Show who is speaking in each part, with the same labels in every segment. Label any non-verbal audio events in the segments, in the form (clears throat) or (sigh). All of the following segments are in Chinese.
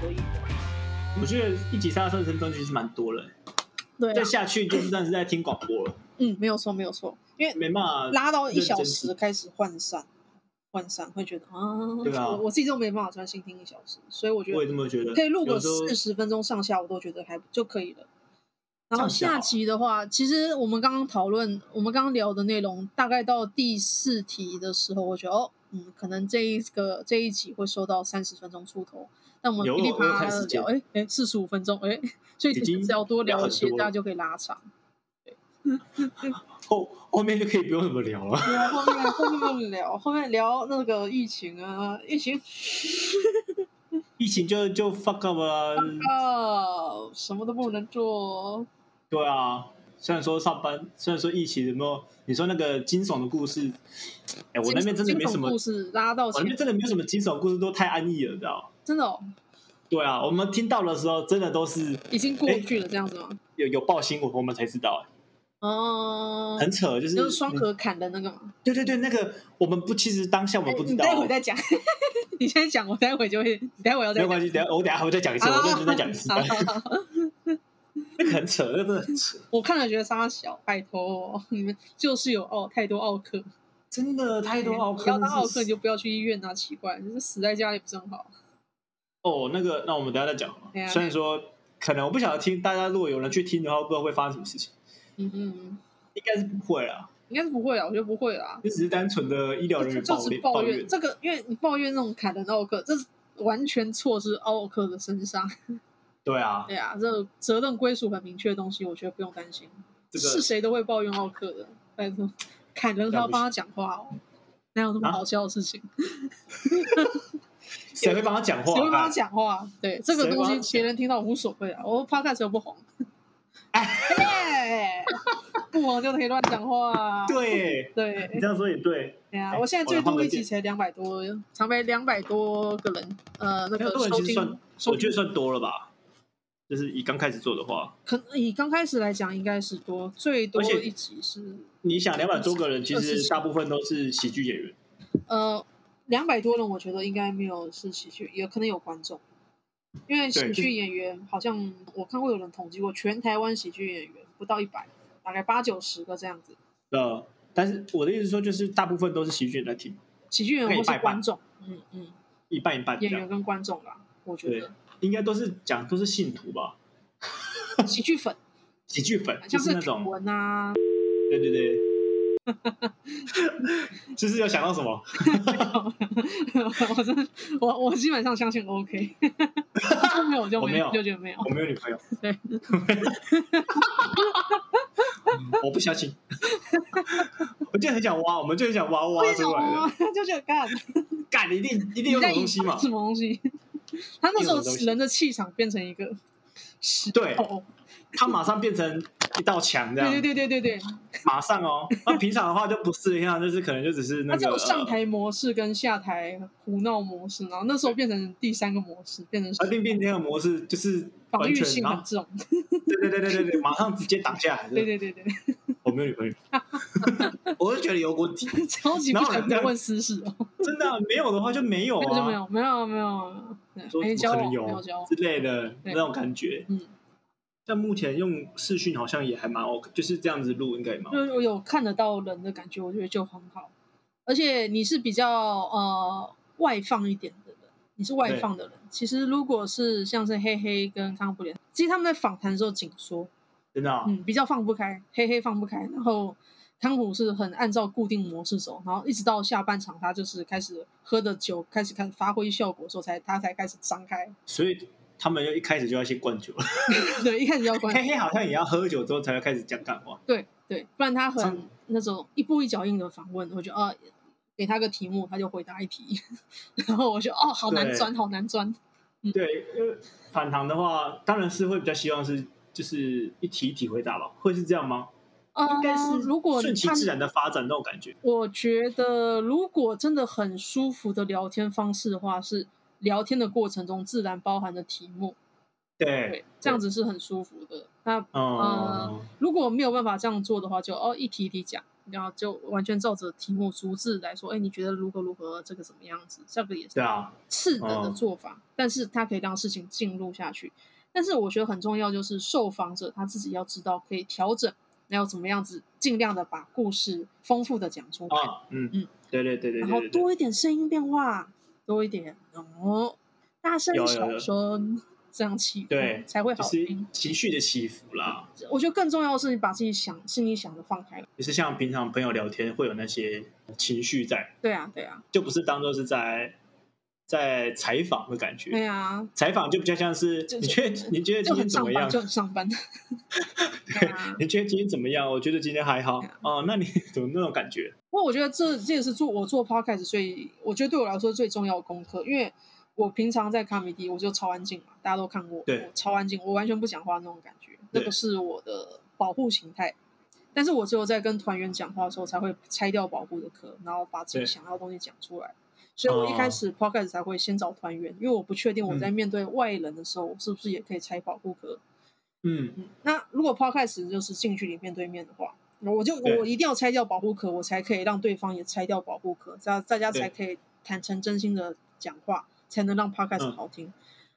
Speaker 1: 可以的。
Speaker 2: 我觉得一级沙算成专辑是蛮多了、欸
Speaker 1: 对
Speaker 2: 再
Speaker 1: 啊，
Speaker 2: 下去就是但是在听广播了，
Speaker 1: 嗯，没有错，没有错，因为
Speaker 2: 没办法
Speaker 1: 拉到一小
Speaker 2: 认
Speaker 1: 时开始涣散，涣散会觉得啊，
Speaker 2: 对啊
Speaker 1: (laughs) 我我自己都没办法专心听一小时，所以我觉
Speaker 2: 真。我也
Speaker 1: 得
Speaker 2: 这么觉得，
Speaker 1: 可以录个
Speaker 2: 有时候
Speaker 1: 四十分钟上下，我都觉得还就可以了。然
Speaker 2: 上
Speaker 1: 后
Speaker 2: 下哦
Speaker 1: 下集的话，其实我们刚刚讨论，我们刚刚聊的内容，大概到第四题的时候，我觉得哦，嗯，可能这一个这一集会收到三十分钟出头，但我们
Speaker 2: 有
Speaker 1: 噼里
Speaker 2: 我
Speaker 1: 啪
Speaker 2: 有
Speaker 1: 啦
Speaker 2: 看
Speaker 1: 地
Speaker 2: 时间
Speaker 1: 聊，哎哎，四十五分钟，哎， (laughs) 所以
Speaker 2: 已
Speaker 1: 其实
Speaker 2: 经
Speaker 1: 只要多
Speaker 2: 聊
Speaker 1: 聊一
Speaker 2: 很
Speaker 1: 些，
Speaker 2: 多
Speaker 1: 大家
Speaker 2: 了
Speaker 1: 就可以拉长。
Speaker 2: 后后面就可以不用怎么聊了。
Speaker 1: 对啊后面后面不聊，后面聊那个疫情啊，疫情
Speaker 2: 疫情就就 fuck up 了，
Speaker 1: 啊，什么都不能做。
Speaker 2: 对啊。虽然说上班，虽然说疫情有没有？你说那个惊悚的故事，哎、我那边真的没什么
Speaker 1: 惊悚故，事拉到
Speaker 2: 我那边
Speaker 1: 前，
Speaker 2: 真的没有什么惊悚故事，都太安逸了，你知道吗？
Speaker 1: 真的哦，
Speaker 2: 对啊，我们听到的时候，真的都是
Speaker 1: 已经
Speaker 2: 哎
Speaker 1: 过去了这样子吗？
Speaker 2: 有有报新闻，我们才知道、哎
Speaker 1: 哦，
Speaker 2: 很扯，就是
Speaker 1: 就是双
Speaker 2: 你
Speaker 1: 核砍的那个嘛。
Speaker 2: 对对对，那个我们不，其实当下我们不知
Speaker 1: 哎你
Speaker 2: 道，哦
Speaker 1: 待会再讲， (laughs) 你先讲，我待会就会，你待会要
Speaker 2: 没
Speaker 1: 再
Speaker 2: 有
Speaker 1: 讲。
Speaker 2: 关系，等一下我等一下还会再讲一次，我认真再讲一次，
Speaker 1: 哦好好好好
Speaker 2: (laughs) 那个很扯，那个真的很扯，
Speaker 1: 我看了觉得沙小，拜托哦你们就是有奥太多奥克，
Speaker 2: 真的太多奥克，
Speaker 1: 你要当奥克你
Speaker 2: 真的是
Speaker 1: 就不要去医院啊，奇怪，就是死在家里不是很好。
Speaker 2: 哦，那个那我们等一下再讲好吗
Speaker 1: 对啊
Speaker 2: 虽然说可能我不晓得听大家如果有人去听的话，不知道会发生什么事情，
Speaker 1: 嗯嗯嗯。
Speaker 2: 应该是不会啦，
Speaker 1: 应该是不会啦，啊我觉得不会啦，
Speaker 2: 就只是单纯的医疗人员
Speaker 1: 就
Speaker 2: 抱
Speaker 1: 是
Speaker 2: 怨
Speaker 1: 抱
Speaker 2: 抱
Speaker 1: 怨这个，因为你抱怨那种砍人奥克，这是完全错是奥克的身上。
Speaker 2: 对啊，
Speaker 1: 对啊，这责任归属很明确的东西，我觉得不用担心，
Speaker 2: 这
Speaker 1: 是
Speaker 2: 个
Speaker 1: 谁都会抱怨奥克的。拜托，砍人还要帮他讲话哦，哪有那么
Speaker 2: 啊
Speaker 1: 好笑的事情？
Speaker 2: 谁会帮他讲话？啊
Speaker 1: 谁会帮他讲话？啊对，这个
Speaker 2: 谁
Speaker 1: 东
Speaker 2: 帮他
Speaker 1: 西
Speaker 2: 讲
Speaker 1: 别人听到无所谓啊，我 podcast 又
Speaker 2: (laughs)
Speaker 1: 不红，哎，不红就可以乱讲话啊。
Speaker 2: 哎？对，
Speaker 1: 对，
Speaker 2: 你这样说也对，
Speaker 1: 对啊，
Speaker 2: 哎
Speaker 1: 我现在
Speaker 2: 我
Speaker 1: 最
Speaker 2: 来换
Speaker 1: 多
Speaker 2: 个
Speaker 1: 一集
Speaker 2: 键
Speaker 1: 才两百多，常被两百多个人，呃，那
Speaker 2: 那
Speaker 1: 个
Speaker 2: 多人
Speaker 1: 收
Speaker 2: 其实
Speaker 1: 听
Speaker 2: 算，，
Speaker 1: 收
Speaker 2: 我觉
Speaker 1: 听
Speaker 2: 得算多了吧，就是以刚开始做的话。
Speaker 1: 可能以刚开始来讲应该是多，最多
Speaker 2: 而且
Speaker 1: 一集是
Speaker 2: 你想两百多个人，其
Speaker 1: 二十
Speaker 2: 实大部分都是喜剧演员，
Speaker 1: 呃两百多人，我觉得应该没有是喜剧，也可能有观众，因为喜
Speaker 2: 对就是
Speaker 1: 剧演员好像我看过有人统计过，全台湾喜剧演员不到一百，大概八九十个这样子，
Speaker 2: 呃，但是我的意思说，就是大部分都是喜剧演员在听，
Speaker 1: 喜剧演员
Speaker 2: 可以
Speaker 1: 或是
Speaker 2: 拜拜
Speaker 1: 观众，嗯嗯，
Speaker 2: 一半一半这
Speaker 1: 演员
Speaker 2: 样，
Speaker 1: 跟观众啦，我觉得
Speaker 2: 应该都是讲都是信徒吧，
Speaker 1: 喜剧粉
Speaker 2: 喜剧粉 (laughs) 就
Speaker 1: 像
Speaker 2: 是那
Speaker 1: 凯
Speaker 2: 种，
Speaker 1: 文啊，
Speaker 2: 对对 (laughs) 对，就是有想到什么，
Speaker 1: (laughs) 我真的，我我基本上相信 OK，没有就
Speaker 2: 我
Speaker 1: 没
Speaker 2: 没有
Speaker 1: 就觉得没有。
Speaker 2: 我没有女朋友，
Speaker 1: 对，
Speaker 2: 嗯 (laughs) 我不相信，我就很想挖，我们就很想挖
Speaker 1: 为
Speaker 2: 挖
Speaker 1: 什
Speaker 2: 出来
Speaker 1: 么
Speaker 2: 的，
Speaker 1: 就觉得干？
Speaker 2: 干一定一定
Speaker 1: 你
Speaker 2: 有什
Speaker 1: 在
Speaker 2: 么东西嘛
Speaker 1: 隐藏，什么东西？他那时
Speaker 2: 一定有什么东西
Speaker 1: 候人的气场变成一个石头，
Speaker 2: 他马上变成一道墙这样，
Speaker 1: 对对对对对对，
Speaker 2: 马上哦。那平常的话就不是，平常就是可能就只是那
Speaker 1: 他
Speaker 2: 个
Speaker 1: 只有上
Speaker 2: 呃
Speaker 1: 台模式跟下台胡闹模式，然后那时候变成第三个模式，变成
Speaker 2: 而定变天的模式，就是啊
Speaker 1: 防
Speaker 2: 完
Speaker 1: 御
Speaker 2: 全，
Speaker 1: 性
Speaker 2: 然
Speaker 1: 很
Speaker 2: 后
Speaker 1: 重。
Speaker 2: 对对对对
Speaker 1: (laughs)
Speaker 2: 对对，马上直接挡下来。
Speaker 1: 对对对对，
Speaker 2: 我没有女朋友， (laughs) 我就觉得有问题，
Speaker 1: 对超级不想再问私事哦，
Speaker 2: 真的啊没有的话就没有
Speaker 1: 没有就没
Speaker 2: 啊，
Speaker 1: 有没有没有没有，
Speaker 2: 说
Speaker 1: 没
Speaker 2: 怎
Speaker 1: 交
Speaker 2: 么可能
Speaker 1: 往没有
Speaker 2: 有
Speaker 1: 交往
Speaker 2: 之，类的
Speaker 1: 对
Speaker 2: 那种感觉。
Speaker 1: 嗯。
Speaker 2: 但目前用视讯好像也还蛮 OK，就是这样子录应该也蛮 OK。
Speaker 1: 就是我有看得到人的感觉，我觉得就很好。而且你是比较呃外放一点的人，你是外放的人。其实如果是像是黑黑跟康普莲，其实他们在访谈的时候紧缩，
Speaker 2: 真的啊，
Speaker 1: 嗯，比较放不开，黑黑放不开，然后。康普是很按照固定模式走，然后一直到下半场，他就是开始喝的酒，开始看发挥效果的时候才，他才开始张开。 (laughs)
Speaker 2: 所以他们要一开始就要先灌酒，
Speaker 1: 对，一开始要关
Speaker 2: 嘿嘿，好像也要喝酒之后才会开始讲干话。
Speaker 1: 对对，不然他很
Speaker 2: 上
Speaker 1: 那种一步一脚印的访问，我觉得呃，给他个题目，他就回答一题， (laughs) 然后我就哦，好难
Speaker 2: 对
Speaker 1: 钻，好难钻。
Speaker 2: 对，因为反弹的话，当然是会比较希望是就是一题一题回答吧，会是这样吗？
Speaker 1: 呃，
Speaker 2: 应该是
Speaker 1: 如果
Speaker 2: 顺其
Speaker 1: 他
Speaker 2: 自然的发展那种感觉。
Speaker 1: 我觉得如果真的很舒服的聊天方式的话，是聊天的过程中自然包含的题目，
Speaker 2: 对
Speaker 1: 对，，这样子是很舒服的。那
Speaker 2: 嗯，
Speaker 1: 如果没有办法这样做的话，就哦一题一题讲，然后就完全照着题目逐字来说，哎，你觉得如何如何，这个怎么样子，这个也是
Speaker 2: 对啊，
Speaker 1: 次等的
Speaker 2: 嗯
Speaker 1: 做法，但是它可以让事情进入下去。但是我觉得很重要就是受访者他自己要知道可以调整，然后怎么样子尽量的把故事丰富的讲出来，
Speaker 2: 啊，嗯
Speaker 1: 嗯
Speaker 2: 嗯，对对对对
Speaker 1: 然后
Speaker 2: 对对对，
Speaker 1: 多一点声音变化，多一点哦，大声
Speaker 2: 有有
Speaker 1: 小
Speaker 2: 有
Speaker 1: 声这样起伏
Speaker 2: 对
Speaker 1: 才会
Speaker 2: 就
Speaker 1: 好
Speaker 2: 是
Speaker 1: 听。
Speaker 2: 情绪的起伏啦，
Speaker 1: 我觉得更重要的是你把自己想心里想的放开了。
Speaker 2: 就是像平常朋友聊天会有那些情绪在，
Speaker 1: 对啊，对啊，
Speaker 2: 就不是当做是在在采访的感觉。
Speaker 1: 对啊，
Speaker 2: 采访就比较像是
Speaker 1: 就
Speaker 2: 你觉得你觉得
Speaker 1: 就
Speaker 2: 今天怎
Speaker 1: 很上
Speaker 2: 么
Speaker 1: 班，
Speaker 2: 样？
Speaker 1: 就很上班。 (laughs) 对啊。
Speaker 2: 你觉得今天怎么样？我觉得今天还好
Speaker 1: 对
Speaker 2: 哦。那你 (laughs) 怎么那种感觉？
Speaker 1: 不过我觉得这这也是做我做 podcast 最，我觉得对我来说最重要的功课，因为我平常在 comedy 我就超安静嘛，大家都看过，
Speaker 2: 对
Speaker 1: 我超安静，我完全不讲话那种感觉，那个
Speaker 2: 对
Speaker 1: 是我的保护形态。但是我只有在跟团员讲话的时候，才会拆掉保护的壳，然后把自己
Speaker 2: 对哦
Speaker 1: 想要的东西讲出来。所以我一开始 podcast 才会先找团员，因为我不确定我在面对外人的时候，我是不是也可以拆保护壳。
Speaker 2: 嗯，
Speaker 1: 嗯，那如果 podcast 就是近距离面对面的话，我就
Speaker 2: 对
Speaker 1: 我一定要拆掉保护壳，我才可以让对方也拆掉保护壳，这样大家
Speaker 2: 对
Speaker 1: 才可以坦诚真心的讲话，才能让 podcast
Speaker 2: 嗯
Speaker 1: 好听。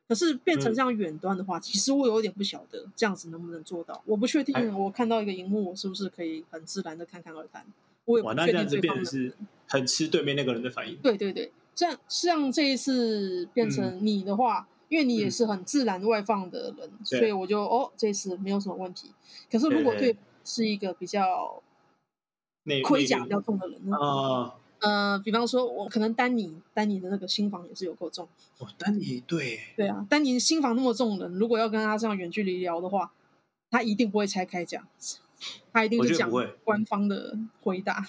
Speaker 1: 可是变成
Speaker 2: 嗯
Speaker 1: 这样远端的话，其实我有点不晓得这样子能不能做到，我不确
Speaker 2: 哎
Speaker 1: 定。我看到一个荧幕，我是不是可以很自然的侃侃而谈？我也不
Speaker 2: 哇，那
Speaker 1: 确
Speaker 2: 这样
Speaker 1: 定
Speaker 2: 子
Speaker 1: 对
Speaker 2: 变
Speaker 1: 方
Speaker 2: 成
Speaker 1: 能
Speaker 2: 是很吃对面那个人的反应。
Speaker 1: 对对对，像像这一次
Speaker 2: 嗯
Speaker 1: 变成你的话，因为你也是很自然外放的人，所以我就哦，这次没有什么问题。可是如果
Speaker 2: 对对
Speaker 1: 对是一个比较
Speaker 2: 那
Speaker 1: 盔甲比
Speaker 2: 那
Speaker 1: 较
Speaker 2: 个
Speaker 1: 重的人呢，
Speaker 2: 啊，
Speaker 1: 呃，比方说我可能丹尼，丹尼的那个心房也是有够重。
Speaker 2: 哇，丹尼哦对，
Speaker 1: 对啊，丹尼心房那么重的人，如果要跟他这样远距离聊的话，他一定不会拆开讲，他一定
Speaker 2: 我
Speaker 1: 是
Speaker 2: 觉得
Speaker 1: 讲
Speaker 2: 不会
Speaker 1: 官方的回答，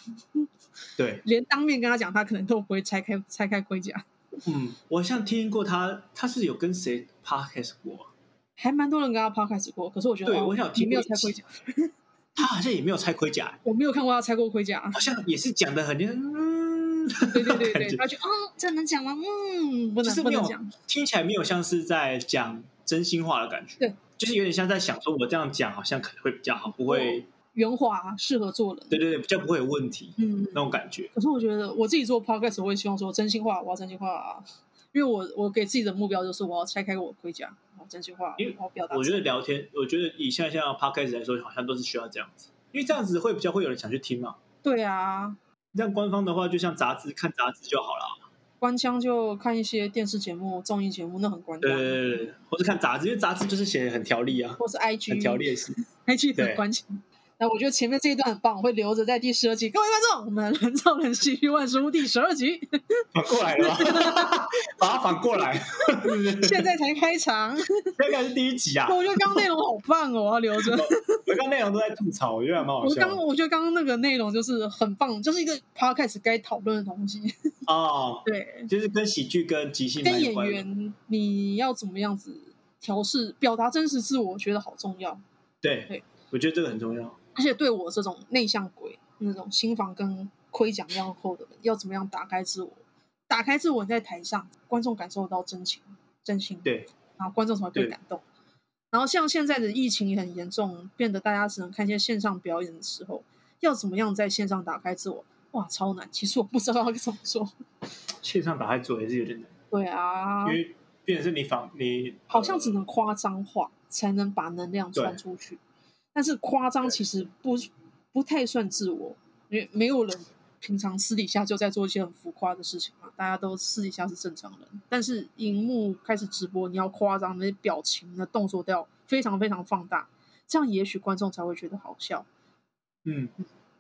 Speaker 2: 对，
Speaker 1: 连当面跟他讲，他可能都不会拆开拆开盔甲。
Speaker 2: 嗯，我好像听过他，他是有跟谁 podcast 过啊，
Speaker 1: 还蛮多人跟他 podcast 过，可是我觉得
Speaker 2: 对
Speaker 1: 哦
Speaker 2: 我想
Speaker 1: 你
Speaker 2: 听
Speaker 1: 没有
Speaker 2: 过
Speaker 1: 拆
Speaker 2: 一
Speaker 1: 盔
Speaker 2: 集
Speaker 1: 甲，
Speaker 2: 他好像也没有拆盔甲，
Speaker 1: 我没有看过他拆过盔甲啊
Speaker 2: (laughs) 好。像也是讲的很嗯，
Speaker 1: 对对对
Speaker 2: 感
Speaker 1: 对，
Speaker 2: 觉
Speaker 1: 他就嗯，这能讲吗？嗯，不
Speaker 2: 就
Speaker 1: 能
Speaker 2: 是
Speaker 1: 不
Speaker 2: 没
Speaker 1: 能
Speaker 2: 有
Speaker 1: 讲。
Speaker 2: 听起来没有像是在讲真心话的感觉，
Speaker 1: 对，
Speaker 2: 就是有点像在想说我这样讲好像可能会比较好，不
Speaker 1: 哦
Speaker 2: 会，
Speaker 1: 圆滑适合做人。
Speaker 2: 对对对，比较不会有问题
Speaker 1: 嗯，
Speaker 2: 那种感觉，
Speaker 1: 可是我觉得我自己做 podcast，我也希望说真心话，我要真心话、啊，因为我我给自己的目标就是我要拆开我的盔甲，我要真心话，
Speaker 2: 因为
Speaker 1: 我要表达。
Speaker 2: 我觉得聊天，我觉得以现在像 podcast 来说，好像都是需要这样子，因为这样子会比较会有人想去听嘛。
Speaker 1: 对啊，
Speaker 2: 像官方的话，就像杂志看杂志就好了。
Speaker 1: 官腔就看一些电视节目、综艺节目，那很官
Speaker 2: 对
Speaker 1: 腔，
Speaker 2: 对对对，或是看杂志，因为杂志就是写的很条例啊，
Speaker 1: 或是
Speaker 2: 很条
Speaker 1: IG，IG
Speaker 2: 列式。
Speaker 1: 很
Speaker 2: 对
Speaker 1: 官腔。那我觉得前面这一段很棒，我会留着在第十二集。各位观众，我们人造人喜剧万事屋第十二
Speaker 2: (laughs)
Speaker 1: 集，
Speaker 2: 反过来了吧， (laughs) 把它反过来。
Speaker 1: 现在才开
Speaker 2: (laughs)
Speaker 1: 场。
Speaker 2: 这个是第一集啊，
Speaker 1: 我觉得刚刚内容好棒哦，我要留着。
Speaker 2: 我刚内容都在吐槽，我觉得还蛮好
Speaker 1: 我
Speaker 2: 笑哦
Speaker 1: 刚
Speaker 2: 的
Speaker 1: 我觉得刚刚那个内容就是很棒，就是一个 podcast 该讨论的东西。
Speaker 2: 哦，
Speaker 1: 对，
Speaker 2: 就是跟喜剧跟即兴
Speaker 1: 跟
Speaker 2: 蛮有
Speaker 1: 演
Speaker 2: 关的。
Speaker 1: 员你要怎么样子调试表达真实自我，我觉得好重要。对
Speaker 2: 对，我觉得这个很重要。
Speaker 1: 而且对我这种内向鬼，那种心房跟盔甲一样厚的人，要怎么样打开自我？打开自我，你在台上，观众感受到真情、真心，
Speaker 2: 对，
Speaker 1: 然后观众才会被
Speaker 2: 对
Speaker 1: 感动。然后像现在的疫情也很严重，变得大家只能看一些线上表演的时候，要怎么样在线上打开自我？哇，超难！其实我不知道该怎么说。 (laughs)
Speaker 2: 线上打开做也是有点难，
Speaker 1: 对啊
Speaker 2: 因，为变成是你仿你
Speaker 1: 好像只能夸张化才能把能量传出去，但是夸张其实不不太算自我，因为没有人平常私底下就在做一些很浮夸的事情嘛，大家都私底下是正常人。但是荧幕开始直播，你要夸张，那些表情的动作都要非常非常放大，这样也许观众才会觉得好笑。
Speaker 2: 嗯，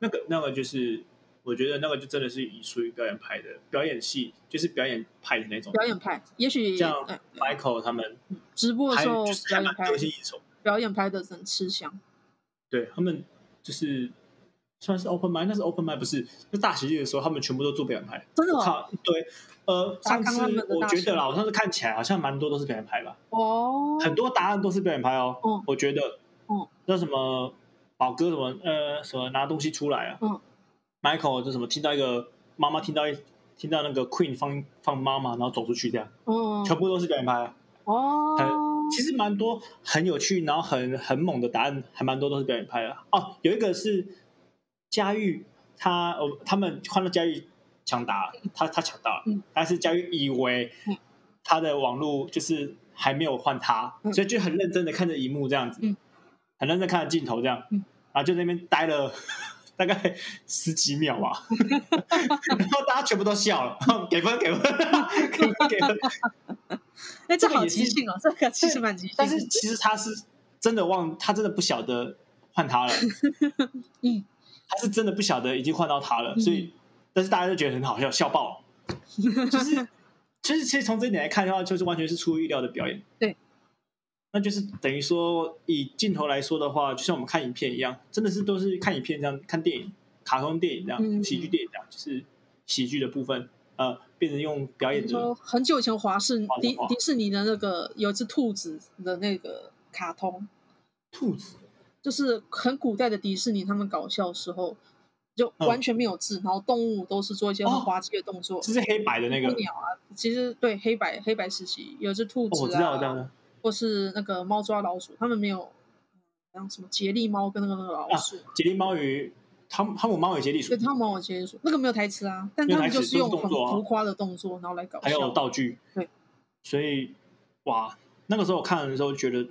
Speaker 2: 那个那个就是，我觉得那个就真的是以属于表演派的表演系，就是表演派的那种。
Speaker 1: 表演派，也许
Speaker 2: 像
Speaker 1: 嗯
Speaker 2: Michael 他们
Speaker 1: 嗯直播的
Speaker 2: 还
Speaker 1: 时候
Speaker 2: 就是
Speaker 1: 表
Speaker 2: 还
Speaker 1: 演
Speaker 2: 蛮
Speaker 1: 派
Speaker 2: 流，行一首，
Speaker 1: 表演派的人吃香。
Speaker 2: 对他们就是算是 open mic，那是 open mic 不是？就大喜剧的时候，他们全部都做表演派。
Speaker 1: 真的哦
Speaker 2: 我靠，对，呃，
Speaker 1: 达
Speaker 2: 上
Speaker 1: 康
Speaker 2: 次
Speaker 1: 他们的
Speaker 2: 我
Speaker 1: 大
Speaker 2: 觉
Speaker 1: 喜剧
Speaker 2: 得啦，我上次看起来好像蛮多都是表演派吧，
Speaker 1: 哦，
Speaker 2: 很多答案都是表演派哦。
Speaker 1: 嗯
Speaker 2: 我觉得，
Speaker 1: 嗯，
Speaker 2: 那什么宝哥什么呃什么拿东西出来啊，
Speaker 1: 嗯
Speaker 2: ，Michael 就什么听到一个妈妈听到一听到那个 Queen 放放妈妈，然后走出去这样，
Speaker 1: 嗯
Speaker 2: 全部都是表演派啊。
Speaker 1: 哦
Speaker 2: 很，其实蛮多很有趣，然后啊很很猛的答案，还蛮多都是表演派的。哦，有一个是佳玉，他呃他们看到佳玉抢答，他他抢到了，
Speaker 1: 嗯
Speaker 2: 但是佳玉以为
Speaker 1: 嗯
Speaker 2: 他的网络就是还没有换他，
Speaker 1: 嗯
Speaker 2: 所以就很认真的看着荧幕这样子，
Speaker 1: 嗯
Speaker 2: 很认真地看着镜头这样，
Speaker 1: 嗯
Speaker 2: 然后就在那边待了 (laughs) 大概十几秒
Speaker 1: (laughs)
Speaker 2: 吧，然后大家全部都笑了，嗯给分给分 (laughs) 给分给分，
Speaker 1: 哎，这
Speaker 2: 这个
Speaker 1: 好
Speaker 2: 也
Speaker 1: 即
Speaker 2: 是
Speaker 1: 兴哦，这个其实蛮即兴的。
Speaker 2: 但是其实他是真的忘，他真的不晓得换他了，
Speaker 1: (laughs) 嗯，
Speaker 2: 他是真的不晓得已经换到他了，
Speaker 1: 嗯
Speaker 2: 所以但是大家都觉得很好笑，笑爆了，
Speaker 1: (laughs)
Speaker 2: 就是就是其实从这一点来看的话，就是完全是出乎意料的表演，
Speaker 1: 对，
Speaker 2: 那就是等于说以镜头来说的话，就像我们看影片一样，真的是都是看影片这样，看电影、卡通电影这
Speaker 1: 嗯
Speaker 2: 样，喜剧电影这样，就是喜剧的部分，呃，变成用表演
Speaker 1: 你说
Speaker 2: 者，
Speaker 1: 很久以前华视
Speaker 2: 画的
Speaker 1: 迪
Speaker 2: 画
Speaker 1: 迪士尼的那个有一只兔子的那个卡通，
Speaker 2: 兔子
Speaker 1: 就是很古代的迪士尼，他们搞笑的时候就
Speaker 2: 嗯
Speaker 1: 完全没有字，然后动物都是做一些很
Speaker 2: 哦
Speaker 1: 滑稽的动作。
Speaker 2: 就是黑白的那个，
Speaker 1: 布鸟啊，其实对黑白黑白时期有一只兔
Speaker 2: 哦，我
Speaker 1: 子
Speaker 2: 知道，我知道。我知
Speaker 1: 啊，
Speaker 2: 道
Speaker 1: 或是那个猫抓老鼠，他们没有像什么杰利猫跟那个那个老
Speaker 2: 啊
Speaker 1: 鼠，
Speaker 2: 杰利猫与汤汤姆猫与杰利鼠
Speaker 1: 对，，他们有杰利鼠，那个没有台词啊，但
Speaker 2: 没有
Speaker 1: 他们
Speaker 2: 台
Speaker 1: 就
Speaker 2: 词
Speaker 1: 是
Speaker 2: 都
Speaker 1: 用
Speaker 2: 是
Speaker 1: 很
Speaker 2: 动作啊
Speaker 1: 浮夸的动作，然后来搞
Speaker 2: 还
Speaker 1: 笑
Speaker 2: 有。道具，
Speaker 1: 对，
Speaker 2: 所以哇，那个时候我看的时候觉得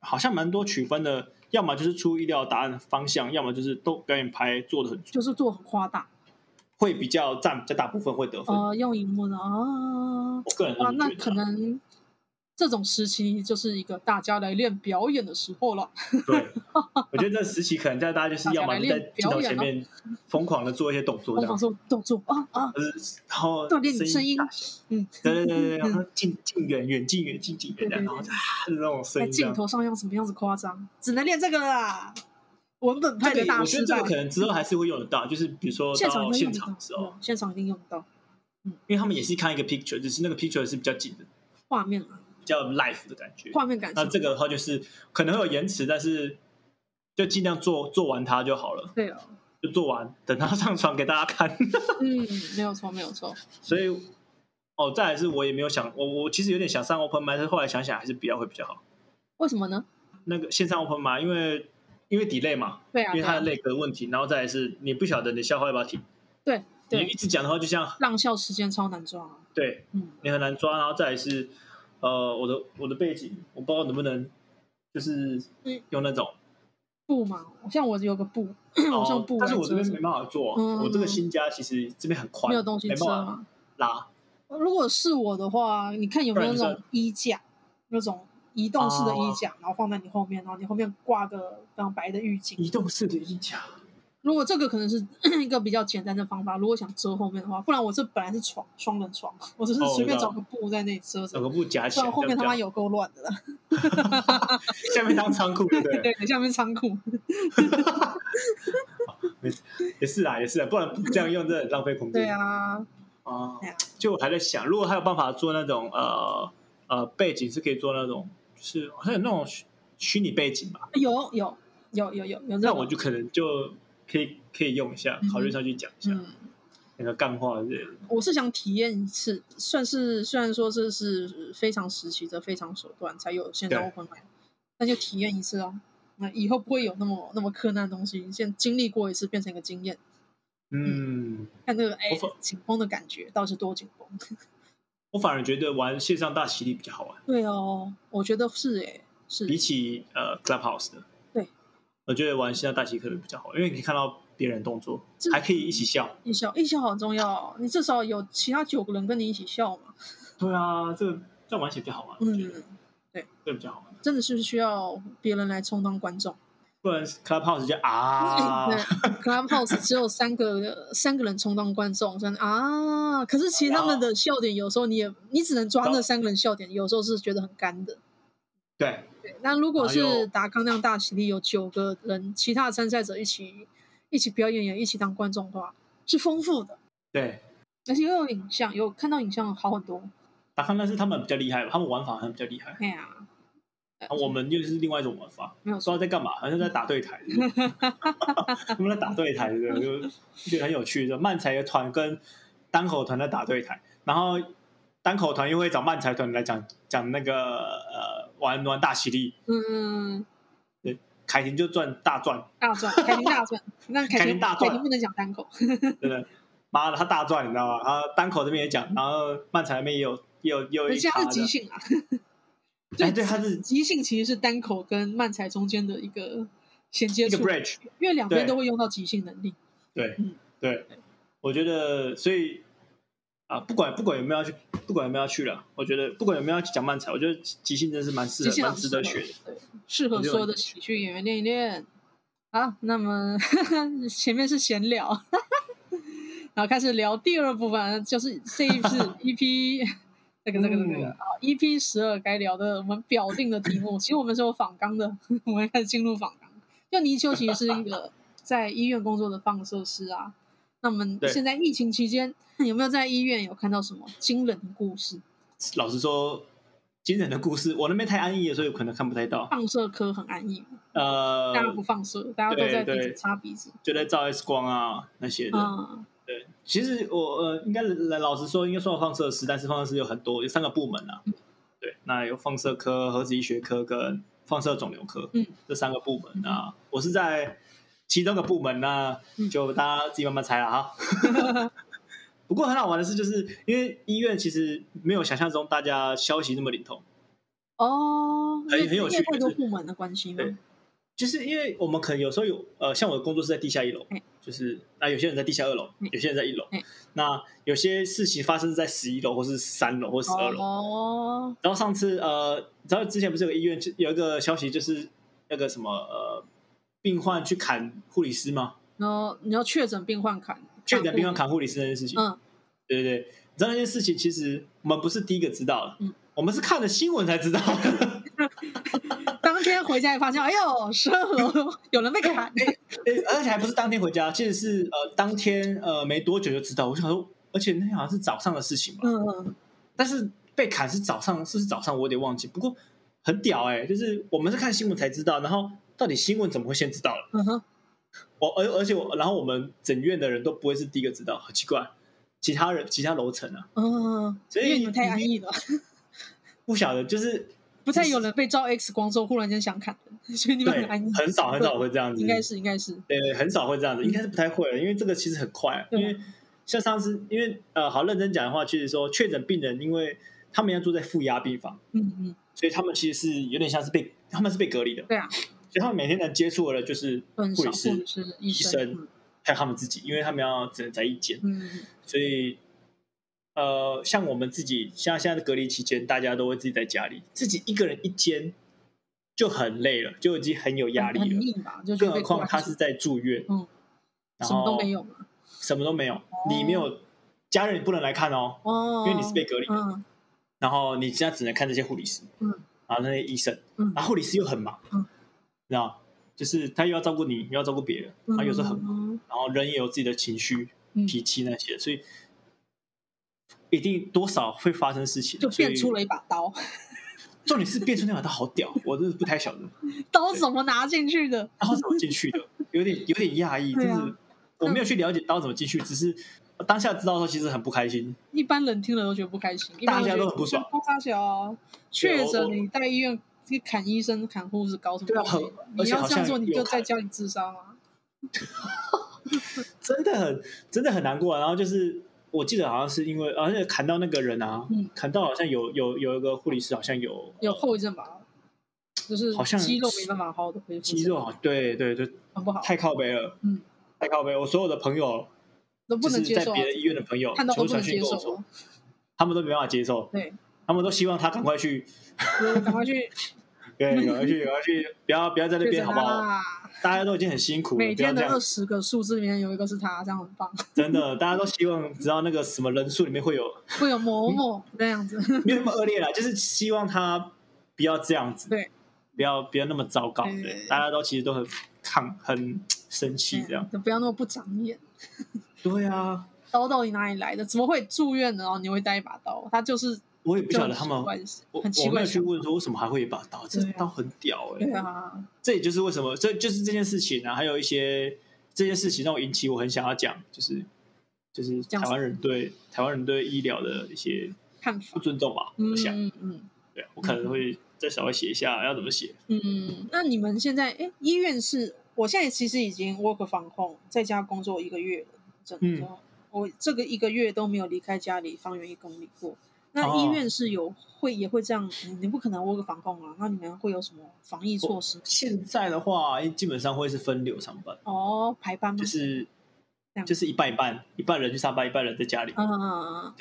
Speaker 2: 好像蛮多取分的，要么就是出乎意料的答案方向，要么就是都表演牌做的很足，
Speaker 1: 就是做很夸大，
Speaker 2: 会比较占比较大部分会得分。
Speaker 1: 呃，用荧幕的啊，
Speaker 2: 我个人
Speaker 1: 哇，
Speaker 2: 是
Speaker 1: 那
Speaker 2: 觉得
Speaker 1: 可能这种时期就是一个大家来练表演的时候了。
Speaker 2: 对，我觉得这时期可能大家就是要么就在镜头
Speaker 1: 哦
Speaker 2: 前面疯狂的做一些动作
Speaker 1: 模
Speaker 2: 这样
Speaker 1: 仿，说动作啊啊，
Speaker 2: 就是然后
Speaker 1: 锻炼声
Speaker 2: 声
Speaker 1: 音
Speaker 2: 大小，
Speaker 1: 嗯，
Speaker 2: 对对对对对，然
Speaker 1: (laughs)
Speaker 2: 后近近远远近远近近远这样，
Speaker 1: 对对对
Speaker 2: 然后就啊那种声
Speaker 1: 在
Speaker 2: 音这
Speaker 1: 镜
Speaker 2: 样。
Speaker 1: 头上要什么样子夸张，只能练这个啦。文本派
Speaker 2: 这
Speaker 1: 的
Speaker 2: 个
Speaker 1: 大
Speaker 2: 我觉
Speaker 1: 师
Speaker 2: 得这
Speaker 1: 在
Speaker 2: 个可能之后还是会用得到，就是比如说
Speaker 1: 现场
Speaker 2: 到
Speaker 1: 一定
Speaker 2: 现
Speaker 1: 用得
Speaker 2: 场
Speaker 1: 到
Speaker 2: 的时候，
Speaker 1: 嗯现场一定用得到
Speaker 2: 因为他们也是看一个 picture，只是那个 picture 是比较紧的，
Speaker 1: 画面啊，
Speaker 2: 比较 live 的感觉。
Speaker 1: 画面感
Speaker 2: 那
Speaker 1: 上。
Speaker 2: 这个的话就是可能会有延迟，但是就尽量做做完它就好了，
Speaker 1: 对了，
Speaker 2: 就做完，等它 (laughs) 上传给大家看。 (laughs)
Speaker 1: 嗯，没有错，没有错。
Speaker 2: 所以哦，再来是我也没有想，我我其实有点想上 open m i 但是后来想想还是不要会比较好。
Speaker 1: 为什么呢？
Speaker 2: 那个线上 open m i 因为因为 delay 嘛，
Speaker 1: 对啊，
Speaker 2: 因为
Speaker 1: 对
Speaker 2: 它
Speaker 1: 啊
Speaker 2: 的，那个问题，然后再来是你不晓得你的笑话要不要停，
Speaker 1: 对
Speaker 2: 你
Speaker 1: 对，
Speaker 2: 一直讲的话就像
Speaker 1: 浪笑时间超难抓啊。
Speaker 2: 对
Speaker 1: 嗯，
Speaker 2: 你很难抓，然后再来是，呃，我的我的背景，我不知道能不能，就是
Speaker 1: 嗯
Speaker 2: 用
Speaker 1: (clears throat)
Speaker 2: 那种，
Speaker 1: 布嘛，像我有个布，我用
Speaker 2: 哦
Speaker 1: 布来
Speaker 2: 但是我这
Speaker 1: 遮
Speaker 2: 边
Speaker 1: 住
Speaker 2: 没，办法做，啊
Speaker 1: 嗯嗯
Speaker 2: 我这
Speaker 1: 嗯
Speaker 2: 个新家其实这边很宽，
Speaker 1: 没有东西啊
Speaker 2: 没
Speaker 1: 遮
Speaker 2: 办
Speaker 1: 嘛
Speaker 2: 法。拉，
Speaker 1: 如果是我的话，你看有没有
Speaker 2: 不然你
Speaker 1: 那
Speaker 2: 算
Speaker 1: 种衣架，那种移动式的
Speaker 2: 哦
Speaker 1: 衣架，然后放在你后面，然后你后面挂个非常白的浴巾。
Speaker 2: 移动式的衣架，
Speaker 1: 如果这个可能是 (clears throat) 一个比较简单的方法，如果想遮后面的话，不然我这本来是床双人床，我只是
Speaker 2: 哦
Speaker 1: 随便
Speaker 2: 我知
Speaker 1: 找
Speaker 2: 道
Speaker 1: 个布在那里遮着
Speaker 2: 整，个布夹起来，
Speaker 1: 不然啊后面
Speaker 2: 这
Speaker 1: 他
Speaker 2: 样
Speaker 1: 妈有够乱的了。
Speaker 2: 这样下面当仓库，对不对？
Speaker 1: (laughs)
Speaker 2: 嗯
Speaker 1: 对，下面仓库。
Speaker 2: 也是啊，也是啊，不然这样用真的很浪费空间。
Speaker 1: 对啊，
Speaker 2: 啊
Speaker 1: 对啊
Speaker 2: 就我还在想，如果还有办法做那种呃呃背景是可以做那种，就是好像有那种虚虚拟背景吧，
Speaker 1: 有有有有有有这
Speaker 2: 那
Speaker 1: 种
Speaker 2: 我就可能就可以可以用一下
Speaker 1: 嗯，哼
Speaker 2: 考虑上去讲一下
Speaker 1: 嗯，
Speaker 2: 那个干话之类的。
Speaker 1: 我是想体验一次，算是虽然说这是非常时期的非常手段才有线上
Speaker 2: 对
Speaker 1: open m i 那就体验一次啊。那以后不会有那么那么困难的东西，先经历过一次变成一个经验，
Speaker 2: 嗯，
Speaker 1: 看那个哎
Speaker 2: 我反
Speaker 1: 紧绷的感觉到底是多紧绷。 (laughs)
Speaker 2: 我反而觉得玩线上大洗礼比较好玩，
Speaker 1: 对哦，我觉得是哎、是
Speaker 2: 比起呃 Clubhouse 的。
Speaker 1: 对，
Speaker 2: 我觉得玩线上大洗可能比较好，因为你可以看到别人动作
Speaker 1: 这，
Speaker 2: 还可以一起笑。
Speaker 1: 一笑一笑好重要哦，你至少有其他九个人跟你一起笑嘛。
Speaker 2: 对啊，这个这样玩起来比较好玩，我觉得
Speaker 1: 嗯，
Speaker 2: 这个比较好玩。
Speaker 1: 真的是需要别人来充当观众。
Speaker 2: 不然 Clubhouse 就啊，
Speaker 1: (laughs) 对 Clubhouse 只有三个三个人充当观众，真的啊！可是其实他们的笑点有时候你也你只能抓那三个人笑点，有时候是觉得很干的。
Speaker 2: 对，
Speaker 1: 对，那如果
Speaker 2: 哎
Speaker 1: 是
Speaker 2: 呦
Speaker 1: 达康那样大喜力有九个人，其他的参赛者一起一起表演也一起当观众的话，是丰富的，
Speaker 2: 对，
Speaker 1: 而且又有影像，有看到影像好很多。
Speaker 2: 达康但是他们比较厉害，他们玩法好像比较厉害，
Speaker 1: 哎呀，
Speaker 2: 然后我们又是另外一种玩法。
Speaker 1: 没有
Speaker 2: 不知道在干嘛，好像在打对
Speaker 1: (laughs)
Speaker 2: 台，对不对他们在打对台，对不对，就觉得很有趣。就慢才的团跟单口团在打对台，然后单口团又会找慢才团来讲讲那个呃玩玩大喜力，
Speaker 1: 嗯，
Speaker 2: 凯婷就赚大赚，
Speaker 1: 大赚，凯婷大赚，那凯
Speaker 2: 凯
Speaker 1: 婷
Speaker 2: 婷大赚
Speaker 1: 凯婷不能讲单口，
Speaker 2: 真的，妈的他大赚，你知道吗？他单口这边也讲，然后漫才那边也有也有也有
Speaker 1: 人
Speaker 2: 一
Speaker 1: 家
Speaker 2: 趴
Speaker 1: 是
Speaker 2: 的，
Speaker 1: 即兴
Speaker 2: (laughs)
Speaker 1: 啊，
Speaker 2: 哎，对，他是
Speaker 1: 即兴其实是单口跟慢才中间的一个衔接
Speaker 2: 一个
Speaker 1: 处，
Speaker 2: bridge，
Speaker 1: 因为两边
Speaker 2: 对
Speaker 1: 都会用到即兴能力。
Speaker 2: 对
Speaker 1: 嗯
Speaker 2: 对，我觉得所以啊，不管不管有没有要去，不管有没有要去了，我觉得不管有没有要去讲漫才，我觉得即兴真是蛮适
Speaker 1: 即
Speaker 2: 合
Speaker 1: 兴
Speaker 2: 蛮
Speaker 1: 很
Speaker 2: 值
Speaker 1: 适
Speaker 2: 得
Speaker 1: 合
Speaker 2: 学的。
Speaker 1: 对，适合
Speaker 2: 我觉得
Speaker 1: 所有的喜剧演员练一练。好，那么 (laughs) 前面是闲聊，然后开始聊第二部分，就是这一次
Speaker 2: (laughs)
Speaker 1: EP (laughs) 这个这个这个
Speaker 2: 嗯
Speaker 1: 啊 EP 十二该聊的我们表定的题目，其实我们是有访纲的， (laughs) 我们开始进入访纲。就泥鳅其实是一个在医院工作的放射师啊。那我们
Speaker 2: 对
Speaker 1: 现在疫情期间， (coughs) 有没有在医院有看到什么惊人的故事？
Speaker 2: 老实说，惊人的故事，我那边太安逸了，所以我可能看不太到。
Speaker 1: 放射科很安逸，
Speaker 2: 呃，
Speaker 1: 大家不放射，大家都在
Speaker 2: 对
Speaker 1: 自己
Speaker 2: 对
Speaker 1: 擦鼻子。
Speaker 2: 就在照 X 光啊那些的。
Speaker 1: 嗯，
Speaker 2: 其实我呃，应该来老实说，应该算我放射师，但是放射师有很多，有三个部门啊。对，那有放射科、核子医学科跟放射肿瘤科，
Speaker 1: 嗯，
Speaker 2: 这三个部门啊。我是在其中的部门，那
Speaker 1: 嗯
Speaker 2: 就大家自己慢慢猜了哈。
Speaker 1: (laughs)
Speaker 2: 不过很好玩的是，就是因为医院其实没有想象中大家消息那么灵通，
Speaker 1: 哦，
Speaker 2: 很
Speaker 1: 因为
Speaker 2: 很有趣
Speaker 1: 因为太多
Speaker 2: 就是
Speaker 1: 部门的关系
Speaker 2: 对
Speaker 1: 吗？
Speaker 2: 就是因为我们可能有时候有呃，像我的工作是在地下一楼
Speaker 1: 嗯，
Speaker 2: 就是那有些人在地下二楼
Speaker 1: 嗯，
Speaker 2: 有些人在一楼
Speaker 1: 嗯，
Speaker 2: 那有些事情发生在十一楼或是三楼或十二楼。
Speaker 1: 哦，
Speaker 2: 然后上次呃，你知道之前不是有个医院就有一个消息，就是那个什么呃，病患去砍护理师吗？
Speaker 1: 然后你要确诊病患砍，
Speaker 2: 确诊病患，砍护理师那件事情，
Speaker 1: 嗯，
Speaker 2: 对对对，你知道那件事情其实我们不是第一个知道的，
Speaker 1: 嗯
Speaker 2: 我们是看了新闻才知道的。
Speaker 1: 当天回家也发现，哎呦，十二楼有人被砍，
Speaker 2: 对，哎而且还不是当天回家，其实是呃当天呃没多久就知道。我想说，而且那天好像是早上的事情吧，
Speaker 1: 嗯，
Speaker 2: 但是被砍是早上，是不是早上我有点忘记。不过很屌哎、就是我们是看新闻才知道，然后到底新闻怎么会先知道了？
Speaker 1: 嗯哼，
Speaker 2: 我而而且我，然后我们整院的人都不会是第一个知道，很奇怪。其他人其他楼层啊，
Speaker 1: 嗯，
Speaker 2: 所以
Speaker 1: 因为你们太安逸了，
Speaker 2: 不晓得就是
Speaker 1: 不太有人被照 X 光之后忽然间想砍人，所以你们
Speaker 2: 对
Speaker 1: 很安逸，
Speaker 2: 很少很少会这样子，
Speaker 1: 应该是应该是，
Speaker 2: 对呃对，很少会这样子，应该是不太会了，因为这个其实很快，
Speaker 1: 对啊
Speaker 2: 因为像上次，因为呃，好认真讲的话，其实说确诊病人，因为他们要住在负压病房，
Speaker 1: 嗯嗯，
Speaker 2: 所以他们其实是有点像是被他们是被隔离的，
Speaker 1: 对啊，
Speaker 2: 所以他们每天能接触的就是
Speaker 1: 都很
Speaker 2: 护理
Speaker 1: 少，或
Speaker 2: 师
Speaker 1: 者是医
Speaker 2: 医生
Speaker 1: 生，
Speaker 2: 还有他们自己，因为他们要只能在一间，
Speaker 1: 嗯嗯
Speaker 2: 所以呃，像我们自己像现在的隔离期间，大家都会自己在家里，自己一个人一间就很累了，就已经很有
Speaker 1: 嗯，
Speaker 2: 压力
Speaker 1: 很很
Speaker 2: 了，
Speaker 1: 硬吧，就觉
Speaker 2: 更
Speaker 1: 得
Speaker 2: 何
Speaker 1: 被
Speaker 2: 况
Speaker 1: 关
Speaker 2: 他
Speaker 1: 起
Speaker 2: 是在住院，
Speaker 1: 嗯，
Speaker 2: 然
Speaker 1: 什么都
Speaker 2: 后
Speaker 1: 没有嘛，
Speaker 2: 什么都没有，你没有家人也不能来看哦，
Speaker 1: 哦，
Speaker 2: 因为你是被隔离的，
Speaker 1: 嗯
Speaker 2: 然后你现在只能看这些护理师，
Speaker 1: 嗯，
Speaker 2: 然后那些医生，啊
Speaker 1: 嗯
Speaker 2: 然后护理师又很忙，
Speaker 1: 嗯，
Speaker 2: 知道，就是他又要照顾你，又要照顾别人，然后有时候很忙，
Speaker 1: 嗯
Speaker 2: 然后人也有自己的情绪、
Speaker 1: 嗯
Speaker 2: 脾气那些，所以一定多少会发生事情，
Speaker 1: 就变出
Speaker 2: 所以
Speaker 1: 了一把刀， (laughs)
Speaker 2: 重点是变出那把刀好屌，我真的不太晓得，
Speaker 1: 刀怎么拿进去的？
Speaker 2: 然后怎么进去的，
Speaker 1: (laughs)
Speaker 2: 有点有点讶异，就
Speaker 1: 对啊
Speaker 2: 是我没有去了解刀怎么进去，只是当下知道的时候其实很不开心，
Speaker 1: 一般人听了都觉得不开心，一
Speaker 2: 大
Speaker 1: 般
Speaker 2: 家
Speaker 1: 人
Speaker 2: 都
Speaker 1: 觉得
Speaker 2: 很不爽。
Speaker 1: 就大小啊确诊，你在医院去砍医生、砍护士，搞什么
Speaker 2: 对啊很
Speaker 1: 鬼？
Speaker 2: 而
Speaker 1: 你
Speaker 2: 且
Speaker 1: 要
Speaker 2: 好
Speaker 1: 这
Speaker 2: 像
Speaker 1: 样做，你
Speaker 2: 有
Speaker 1: 就在
Speaker 2: 看
Speaker 1: 家里自杀吗？
Speaker 2: 真的很真的很难过、啊。然后就是我记得好像是因为，而且砍到那个人啊，
Speaker 1: 嗯
Speaker 2: 砍到好像有有有一个护理师好像有
Speaker 1: 有后遗症吧？就是
Speaker 2: 好像
Speaker 1: 肌肉没办法好好的恢复，
Speaker 2: 肌肉好，对对对，
Speaker 1: 很不好，
Speaker 2: 太靠背了，
Speaker 1: 嗯，
Speaker 2: 太靠背。我所有的朋友
Speaker 1: 都不能
Speaker 2: 就是
Speaker 1: 接
Speaker 2: 在
Speaker 1: 受啊，
Speaker 2: 别的医院的朋友，
Speaker 1: 看到
Speaker 2: 全部
Speaker 1: 都不
Speaker 2: 传
Speaker 1: 能
Speaker 2: 讯
Speaker 1: 接
Speaker 2: 跟我
Speaker 1: 受
Speaker 2: 说
Speaker 1: 啊，，
Speaker 2: 他们都没办法接受，
Speaker 1: 对，
Speaker 2: 他们都希望他赶快去，
Speaker 1: 就是赶快
Speaker 2: (laughs)
Speaker 1: 去
Speaker 2: 对，赶快去，赶快去，不要不要在那
Speaker 1: 确
Speaker 2: 边
Speaker 1: 诊
Speaker 2: 好不好？
Speaker 1: 啦！
Speaker 2: 大家都已经很辛苦了，
Speaker 1: 啊每
Speaker 2: 不要
Speaker 1: 天
Speaker 2: 这
Speaker 1: 的
Speaker 2: 样
Speaker 1: 二，十个数字里面有一个是他，这样很棒。
Speaker 2: 真的，大家都希望知道那个什么人数里面会有，
Speaker 1: 会有某
Speaker 2: 嗯
Speaker 1: 某那样子，
Speaker 2: (laughs) 没有那么恶劣啦，就是希望他不要这样子，
Speaker 1: 对，
Speaker 2: 不要不要那么糟糕，
Speaker 1: 对
Speaker 2: 对，大家都其实都很抗很生气这样，
Speaker 1: 嗯不要那么不长眼。
Speaker 2: 对啊，
Speaker 1: 刀到底哪里来的？怎么会住院呢？然后你会带一把刀，他就是
Speaker 2: 我也不晓得
Speaker 1: 就很
Speaker 2: 他
Speaker 1: 奇
Speaker 2: 们，
Speaker 1: 怪的
Speaker 2: 我
Speaker 1: 很奇
Speaker 2: 我没
Speaker 1: 怪
Speaker 2: 有
Speaker 1: 的
Speaker 2: 去
Speaker 1: 想法。
Speaker 2: 问说为什么还会有一把刀，这
Speaker 1: 对啊
Speaker 2: 刀很屌哎、
Speaker 1: 对啊，
Speaker 2: 这也就是为什么这就是这件事情啊，还有一些这件事情让我引起我很想要讲，就是就是
Speaker 1: 讲
Speaker 2: 台湾人对台湾人对医疗的一些
Speaker 1: 看
Speaker 2: 不
Speaker 1: 法，
Speaker 2: 尊重吧，
Speaker 1: 嗯
Speaker 2: 我想，
Speaker 1: 嗯嗯，
Speaker 2: 对我可能会再稍微写一下要怎么写。
Speaker 1: 嗯，那你们现在哎，医院是我现在其实已经 work from home，在家工作一个月了，真的，
Speaker 2: 嗯
Speaker 1: 我这个一个月都没有离开家里方圆一公里过。那医
Speaker 2: 哦
Speaker 1: 院是有、会也会这样，嗯你不可能 work from home 啊，那你们会有什么防疫措施？
Speaker 2: 现在的话，基本上会是分流上班，
Speaker 1: 哦，排班吗？
Speaker 2: 就是
Speaker 1: 这样
Speaker 2: 就是一半一半，一半人去上班，一半人在家里。
Speaker 1: 嗯嗯嗯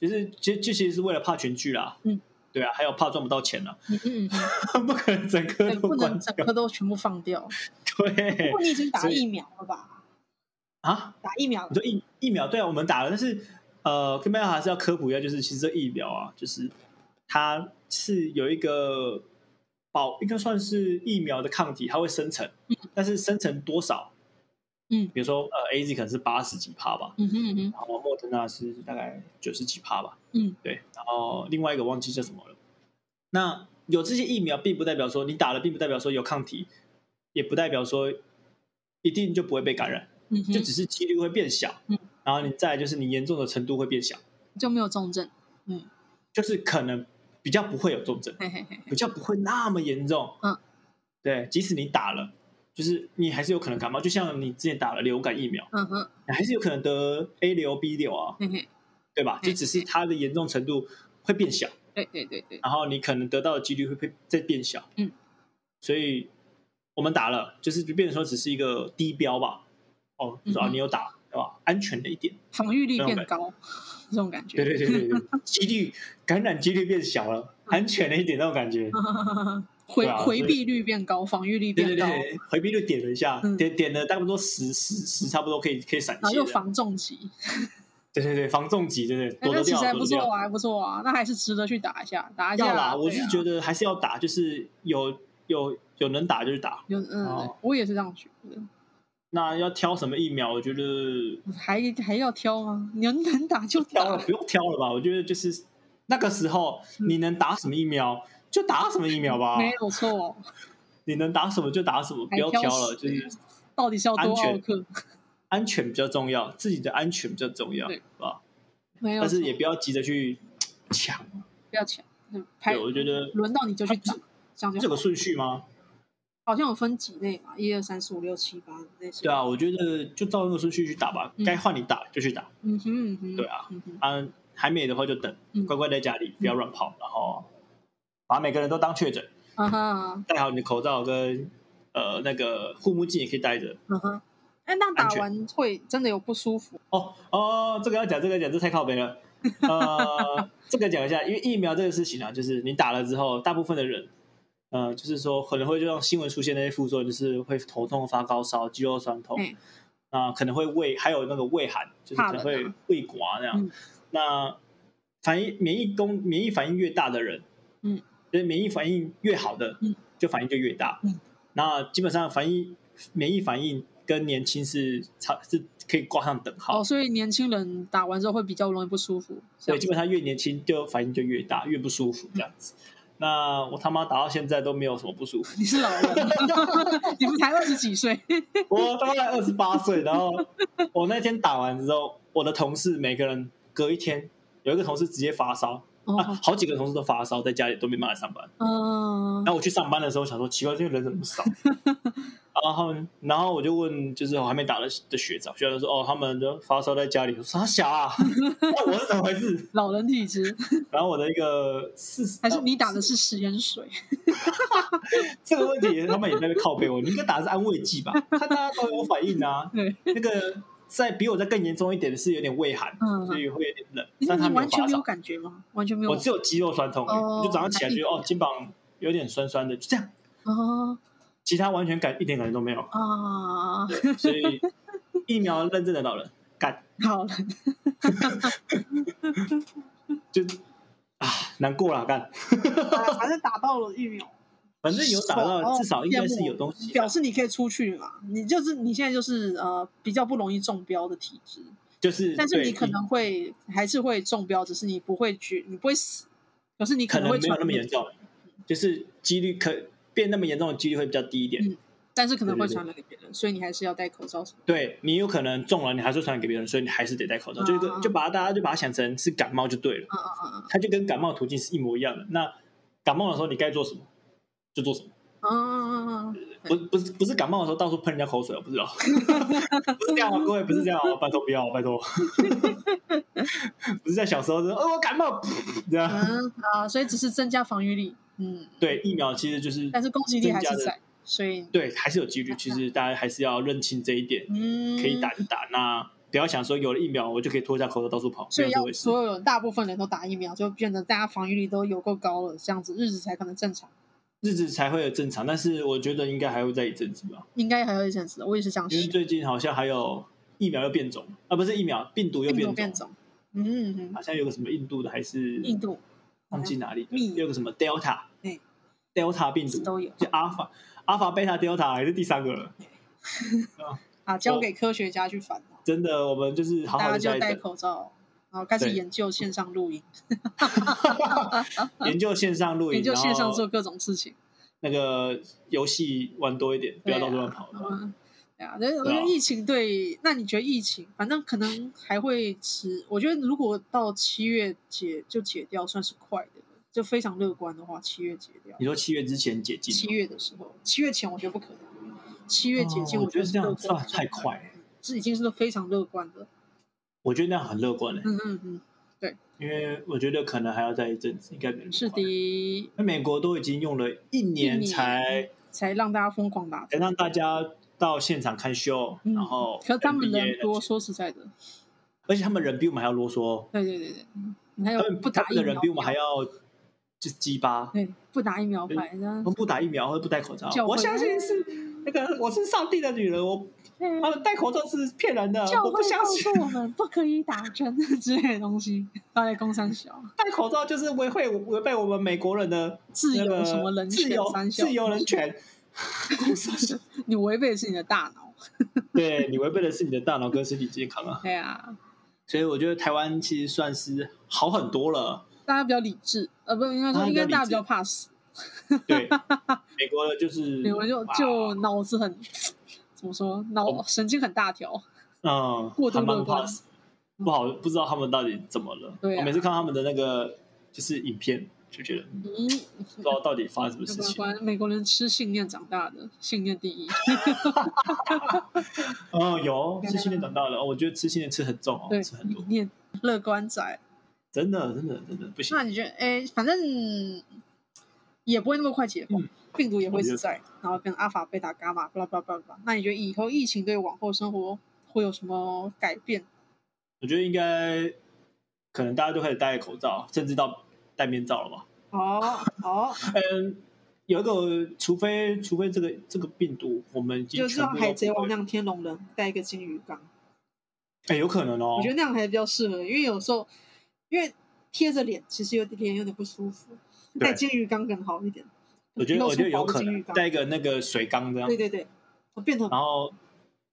Speaker 2: 就是其实就其实是为了怕群聚啦，
Speaker 1: 嗯，
Speaker 2: 对啊，还有怕赚不到钱
Speaker 1: (laughs)
Speaker 2: 啦，
Speaker 1: 嗯嗯嗯嗯，
Speaker 2: 不可能整个
Speaker 1: 对，
Speaker 2: 都
Speaker 1: 不能
Speaker 2: 关
Speaker 1: 整
Speaker 2: 掉。
Speaker 1: 个都全部放掉。
Speaker 2: 对
Speaker 1: 不过你已经打
Speaker 2: 所以
Speaker 1: 疫苗了吧？
Speaker 2: 啊，
Speaker 1: 打疫
Speaker 2: 你
Speaker 1: 苗了，
Speaker 2: 说疫疫苗，对啊，我们打了，但是呃，跟大家还是要科普一下，就是其实这疫苗啊，就是它是有一个保，应该算是疫苗的抗体，它会生成，但是生成多少？
Speaker 1: 嗯
Speaker 2: 比如说呃，A Z 可能是八十几趴吧，
Speaker 1: 嗯哼嗯哼，
Speaker 2: 然后莫德纳是大概九十几趴吧，
Speaker 1: 嗯，
Speaker 2: 对，然后另外一个忘记叫什么了。那有这些疫苗，并不代表说你打了，并不代表说有抗体，也不代表说一定就不会被感染，
Speaker 1: 嗯哼，
Speaker 2: 就只是几率会变小。
Speaker 1: 嗯，
Speaker 2: 然后你再来就是你严重的程度会变小，
Speaker 1: 就没有重症。嗯，
Speaker 2: 就是可能比较不会有重症，
Speaker 1: 嘿嘿嘿，
Speaker 2: 比较不会那么严重。
Speaker 1: 嗯，
Speaker 2: 对，即使你打了，就是你还是有可能感冒，就像你之前打了流感疫苗，
Speaker 1: 嗯哼，
Speaker 2: 你还是有可能得 A 流、B 流啊。
Speaker 1: 嘿嘿，
Speaker 2: 对吧？
Speaker 1: 嗯
Speaker 2: 就只是它的严重程度会变小，
Speaker 1: 对对对对，
Speaker 2: 然后你可能得到的几率会变再变小。
Speaker 1: 嗯，
Speaker 2: 所以我们打了，就是就变成说只是一个低标吧。哦，
Speaker 1: 嗯
Speaker 2: 至少
Speaker 1: 嗯
Speaker 2: 你有打，对吧？安全了一点。
Speaker 1: 防御力变高，这种感觉。
Speaker 2: 对对对对对，几率感染几率变小了，
Speaker 1: 嗯
Speaker 2: 安全了一点那种感觉。
Speaker 1: 回
Speaker 2: 对啊
Speaker 1: 回
Speaker 2: 所以
Speaker 1: 避率变高，防御力
Speaker 2: 对
Speaker 1: 变
Speaker 2: 对
Speaker 1: 高，
Speaker 2: 对，回避率点了一下，
Speaker 1: 嗯
Speaker 2: 点点了差不多十十十，差不多可以可以闪
Speaker 1: 然后
Speaker 2: 一些
Speaker 1: 又
Speaker 2: 这样。
Speaker 1: 防重疾，
Speaker 2: 对对对，防重疾，对对，
Speaker 1: 哎
Speaker 2: 躲
Speaker 1: 那
Speaker 2: 得
Speaker 1: 其实
Speaker 2: 掉，
Speaker 1: 还
Speaker 2: 躲
Speaker 1: 不
Speaker 2: 得掉
Speaker 1: 错。啊，还不错啊，那还是值得去打一下，打一下
Speaker 2: 要
Speaker 1: 啊。
Speaker 2: 啦，我是觉
Speaker 1: 得
Speaker 2: 得还是要打，就是有有有能打就去打，
Speaker 1: 有嗯
Speaker 2: 哦，
Speaker 1: 我也是这样觉得。
Speaker 2: 那要挑什么疫苗？我觉得
Speaker 1: 还还要挑吗？你能能打就
Speaker 2: 挑了
Speaker 1: 打，
Speaker 2: 不用挑了吧？我觉得就是那个时候你能打什么疫苗就打什么疫苗吧，
Speaker 1: 嗯没有错。哦
Speaker 2: 你能打什么就打什么，不
Speaker 1: 还
Speaker 2: 要挑
Speaker 1: 挑
Speaker 2: 了，
Speaker 1: 食
Speaker 2: 就是
Speaker 1: 到底是要多
Speaker 2: 安全
Speaker 1: 奥克？
Speaker 2: 安全比较重要，自己的安全比较重要，
Speaker 1: 对
Speaker 2: 是吧？
Speaker 1: 没有错，
Speaker 2: 但是也不要急着去抢。
Speaker 1: 不要抢，嗯排
Speaker 2: 对，我觉得啊
Speaker 1: 轮到你就去打，这样就
Speaker 2: 这
Speaker 1: 好
Speaker 2: 个顺序吗？
Speaker 1: 好像有分几类嘛，一二三四五六七八那些。
Speaker 2: 对啊，我觉得就照那个顺序去打吧
Speaker 1: 嗯，
Speaker 2: 该换你打就去打，
Speaker 1: 嗯哼嗯哼，
Speaker 2: 对啊
Speaker 1: 嗯哼，
Speaker 2: 啊，还没的话就等
Speaker 1: 嗯，
Speaker 2: 乖乖在家里，不要乱跑，然后把每个人都当确诊。
Speaker 1: 啊哈，
Speaker 2: 戴好你的口罩跟呃那个护目镜也可以戴着。
Speaker 1: 嗯哼。哎，那打
Speaker 2: 安全
Speaker 1: 完会真的有不舒服？
Speaker 2: 哦哦，这个要讲，这个要讲，这太靠北了。
Speaker 1: (laughs)
Speaker 2: 呃，这个讲一下，因为疫苗这个事情啊，就是你打了之后，大部分的人，呃，就是说可能会就让新闻出现那些副作用，就是会头痛、发高烧、肌肉酸痛，
Speaker 1: 嗯
Speaker 2: 那、可能会胃，还有那个胃寒，就是
Speaker 1: 怕
Speaker 2: 可
Speaker 1: 冷啊
Speaker 2: 能会胃寡那样。
Speaker 1: 嗯
Speaker 2: 那反应免疫功免疫反应越大的人，
Speaker 1: 嗯，
Speaker 2: 就是免疫反应越好的，
Speaker 1: 嗯，
Speaker 2: 就反应就越大，
Speaker 1: 嗯，
Speaker 2: 那基本上反应免疫反应跟年轻是差是可以挂上等号，
Speaker 1: 哦，所以年轻人打完之后会比较容易不舒服。这
Speaker 2: 所以
Speaker 1: 样
Speaker 2: 基本上越年轻就反应就越大，越不舒服这样子。那我他妈打到现在都没有什么不舒
Speaker 1: (laughs)
Speaker 2: 服，
Speaker 1: 你
Speaker 2: (laughs)
Speaker 1: 是老人，你们才二十几岁，
Speaker 2: 我大概二十八岁，然后 (laughs) 我那天打完之后，我的同事每个人隔一天，有一个同事直接发烧啊
Speaker 1: 哦，，
Speaker 2: 好几个同事都发烧，在家里都没办法上班。
Speaker 1: 嗯
Speaker 2: 然，后我去上班的时候想说，奇怪，这个人怎么
Speaker 1: (laughs)
Speaker 2: 少？然后，然后我就问，就是我还没打的的学长，学长就说，哦，他们就发烧在家里，我说傻小
Speaker 1: (laughs)
Speaker 2: 啊，那我是怎么回事？
Speaker 1: 老人体质，
Speaker 2: 然后我的一个四十，
Speaker 1: 还是你打的是食盐水？
Speaker 2: 这个问题，他们也在那边靠背我，你应该打的是安慰剂吧？看大家都有反应啊。
Speaker 1: 对，
Speaker 2: 那个在比我再更严重一点的是有点胃寒，
Speaker 1: 嗯
Speaker 2: (laughs) 所以会有点冷，
Speaker 1: 你
Speaker 2: 但他
Speaker 1: 嗯你
Speaker 2: 没有
Speaker 1: 完全
Speaker 2: 发
Speaker 1: 没有
Speaker 2: 烧，
Speaker 1: 感觉吗？完全没有
Speaker 2: 我只有肌肉酸痛而已，
Speaker 1: 哦
Speaker 2: 我就早上起来觉得
Speaker 1: 那一
Speaker 2: 哦肩膀有点酸酸的，就这样，
Speaker 1: 哦
Speaker 2: 其他完全感一点感觉都没有。
Speaker 1: 啊，
Speaker 2: 对，所以疫苗认证的老人干
Speaker 1: 好了，
Speaker 2: 就啊难过了干，
Speaker 1: (laughs) 还是打到了疫苗。
Speaker 2: 反正有打
Speaker 1: 爽
Speaker 2: 到，
Speaker 1: 哦
Speaker 2: 至少应该是有东西啊，
Speaker 1: 表示你可以出去嘛，你就是你现在就是呃比较不容易中标的体质，
Speaker 2: 就是
Speaker 1: 哦但是
Speaker 2: 对
Speaker 1: 你可能会还是会中标，只是你不会去，你不会死，可是你
Speaker 2: 可
Speaker 1: 能
Speaker 2: 能
Speaker 1: 会
Speaker 2: 没有
Speaker 1: 传
Speaker 2: 那么严重，就是几率可变那么严重的几率会比较低一点。
Speaker 1: 嗯但是可能
Speaker 2: 对
Speaker 1: 会
Speaker 2: 对对
Speaker 1: 传染给别人，所以你还是要戴口罩什么的。
Speaker 2: 对你有可能中了，你还是会传染给别人，所以你还是得戴口罩。就一
Speaker 1: 啊
Speaker 2: 个就把它大家就把它想成是感冒就对了，
Speaker 1: 嗯嗯嗯
Speaker 2: 它就跟感冒途径是一模一样的。那感冒的时候你该做什么就做什么，
Speaker 1: 嗯嗯嗯嗯，
Speaker 2: 不不是不是感冒的时候到处喷人家口水哦，
Speaker 1: (laughs)
Speaker 2: 不是哦，不是这样哦，各位不是这样哦，拜托不要哦，拜托， (laughs) 不是在小时候就哦我感冒 (laughs) 这样，
Speaker 1: 嗯啊， (laughs) 所以只是增加防御力，嗯，
Speaker 2: 对疫苗其实就是
Speaker 1: 但是攻击力还是
Speaker 2: 增加
Speaker 1: 在，所以
Speaker 2: 对还是有几率，其实大家还是要认清这一点，
Speaker 1: 嗯，
Speaker 2: 可以打，就打，那不要想说有了疫苗我就可以脱下口罩到处跑，
Speaker 1: 所
Speaker 2: 没有
Speaker 1: 以
Speaker 2: 这
Speaker 1: 要
Speaker 2: 回事。
Speaker 1: 所有人大部分人都打疫苗，就变得大家防御力都有够高了，这样子日子才可能正常，
Speaker 2: 日子才会有正常，但是我觉得应该还会再一阵子吧，
Speaker 1: 应该还有一阵子，我也是这样
Speaker 2: 因为
Speaker 1: 想，
Speaker 2: 最近好像还有疫苗又变种啊，不是疫苗，病毒又
Speaker 1: 病
Speaker 2: 变种，
Speaker 1: 毒变种，嗯，嗯嗯
Speaker 2: 好像有个什么印度的还是
Speaker 1: 印度
Speaker 2: 忘记哪里的，
Speaker 1: 密
Speaker 2: 有个什么 Delta，
Speaker 1: 对
Speaker 2: d e l t a 病
Speaker 1: 一直
Speaker 2: 毒，
Speaker 1: 都有
Speaker 2: 就 Alpha、Alpha、Beta、Delta 还是第三个了，
Speaker 1: 啊，交给科学家去烦恼，
Speaker 2: 真的，我们就是好好
Speaker 1: 大
Speaker 2: 的
Speaker 1: 家
Speaker 2: 在
Speaker 1: 就戴口罩。然后开始
Speaker 2: 对
Speaker 1: 研究线上录音，
Speaker 2: 研究线上录影，
Speaker 1: 研究线上
Speaker 2: 然后
Speaker 1: 做各种事情。
Speaker 2: 那个游戏玩多一点，不要到处乱跑。
Speaker 1: 嗯，对啊，但是我
Speaker 2: 对
Speaker 1: 觉
Speaker 2: 啊
Speaker 1: 得疫情对，那你觉得疫情，反正可能还会持，我觉得如果到七月解就解掉，算是快的了，就非常乐观的话，七月解掉
Speaker 2: 你，说七月之前解禁，
Speaker 1: 七月的时候，七月前我觉得不可能，七月解禁
Speaker 2: 哦我觉得
Speaker 1: 觉
Speaker 2: 这
Speaker 1: 得是乐
Speaker 2: 样
Speaker 1: 观
Speaker 2: 算
Speaker 1: 的
Speaker 2: 太
Speaker 1: 状态，
Speaker 2: 快了，
Speaker 1: 是已经是非常乐观的，
Speaker 2: 我觉得那样很乐观嘞，
Speaker 1: 嗯嗯嗯，
Speaker 2: 因为我觉得可能还要再一阵子，应该没那么
Speaker 1: 嗯是
Speaker 2: 快。
Speaker 1: 的，
Speaker 2: 那美国都已经用了一年
Speaker 1: 一年
Speaker 2: 才
Speaker 1: 才让大家疯狂打
Speaker 2: 才
Speaker 1: 针，
Speaker 2: 让大家到现场看秀，
Speaker 1: 嗯
Speaker 2: 然后
Speaker 1: 可是他们
Speaker 2: NBA
Speaker 1: 人多，说实在的，
Speaker 2: 而且他们人比我们还要啰嗦哦，
Speaker 1: 对对对对，嗯你还
Speaker 2: 他
Speaker 1: 有
Speaker 2: 们
Speaker 1: 不打
Speaker 2: 他们
Speaker 1: 疫
Speaker 2: 的
Speaker 1: 苗
Speaker 2: 人比我们还要就是鸡巴，
Speaker 1: 对不打疫苗牌，然
Speaker 2: 他
Speaker 1: 后
Speaker 2: 们不打疫苗或者不戴口罩
Speaker 1: 教，会
Speaker 2: 我相信是那个我是上帝的女人，我
Speaker 1: 嗯
Speaker 2: 他们戴口罩是骗人的，
Speaker 1: 教
Speaker 2: 啊我
Speaker 1: 会
Speaker 2: 不相
Speaker 1: 告
Speaker 2: 信
Speaker 1: 诉我们不可以打针之类的东西，放在公山小
Speaker 2: (laughs) 戴口罩就是违会违背我们美国人的
Speaker 1: 自
Speaker 2: 那
Speaker 1: 由
Speaker 2: 个
Speaker 1: 什么人
Speaker 2: 自
Speaker 1: 权
Speaker 2: 由
Speaker 1: 三小，
Speaker 2: 自由人，权。
Speaker 1: (laughs)
Speaker 2: (laughs)
Speaker 1: 你违背的是你的大脑。 (laughs)
Speaker 2: 对你违背的是你的大脑跟身体健康啊，
Speaker 1: 对啊，
Speaker 2: 所以我觉得台湾其实算是好很多了。
Speaker 1: 大家比较理智，呃，不应该
Speaker 2: 大
Speaker 1: 说
Speaker 2: 家
Speaker 1: 应该
Speaker 2: 比较理智
Speaker 1: 大家比较怕死，
Speaker 2: 对，
Speaker 1: (laughs)
Speaker 2: 美国的就是
Speaker 1: 你们就
Speaker 2: 哇哦
Speaker 1: 就脑子很怎么说，脑神经很大条。
Speaker 2: 嗯，
Speaker 1: 过度
Speaker 2: 还蛮
Speaker 1: 乐观
Speaker 2: 怕死不好，不知道他们到底怎么了。
Speaker 1: 对啊
Speaker 2: 我每次看他们的那个就是影片，就觉得嗯
Speaker 1: 嗯，
Speaker 2: 不知道到底发生什么
Speaker 1: 要
Speaker 2: 事
Speaker 1: 不然
Speaker 2: 情。
Speaker 1: 关美国人吃信念长大的，信念第一。
Speaker 2: 哦，有吃新年长大了，哦我觉得吃新年吃很重哦
Speaker 1: 对，
Speaker 2: 吃很多，
Speaker 1: 你也乐观仔。
Speaker 2: 真的真的真的不行
Speaker 1: 那。你觉得，哎，反正也不会那么快解封，
Speaker 2: 嗯
Speaker 1: 病毒也会一直在，然后跟阿法、贝塔、伽马，巴拉巴拉巴拉巴拉。那你觉得以后疫情对往后生活会有什么改变？
Speaker 2: 我觉得应该可能大家都开始戴口罩，甚至到戴面罩了吧。
Speaker 1: 哦哦，
Speaker 2: 嗯，有一个，除非除非这个这个病毒，我们已经
Speaker 1: 就是
Speaker 2: 全
Speaker 1: 像
Speaker 2: 部都
Speaker 1: 海贼王
Speaker 2: 不
Speaker 1: 那
Speaker 2: 会
Speaker 1: 样天龙人带一个金鱼缸，
Speaker 2: 哎，有可能哦。
Speaker 1: 我觉得那样还比较适合，因为有时候因为贴着脸，其实有点脸有点不舒服，
Speaker 2: 对
Speaker 1: 带金鱼缸更好一点。
Speaker 2: 我觉得我觉得有可
Speaker 1: 露出薄的金
Speaker 2: 能
Speaker 1: 鱼缸
Speaker 2: 带啊一个那个水缸这样
Speaker 1: 对，对对，我变成
Speaker 2: 然后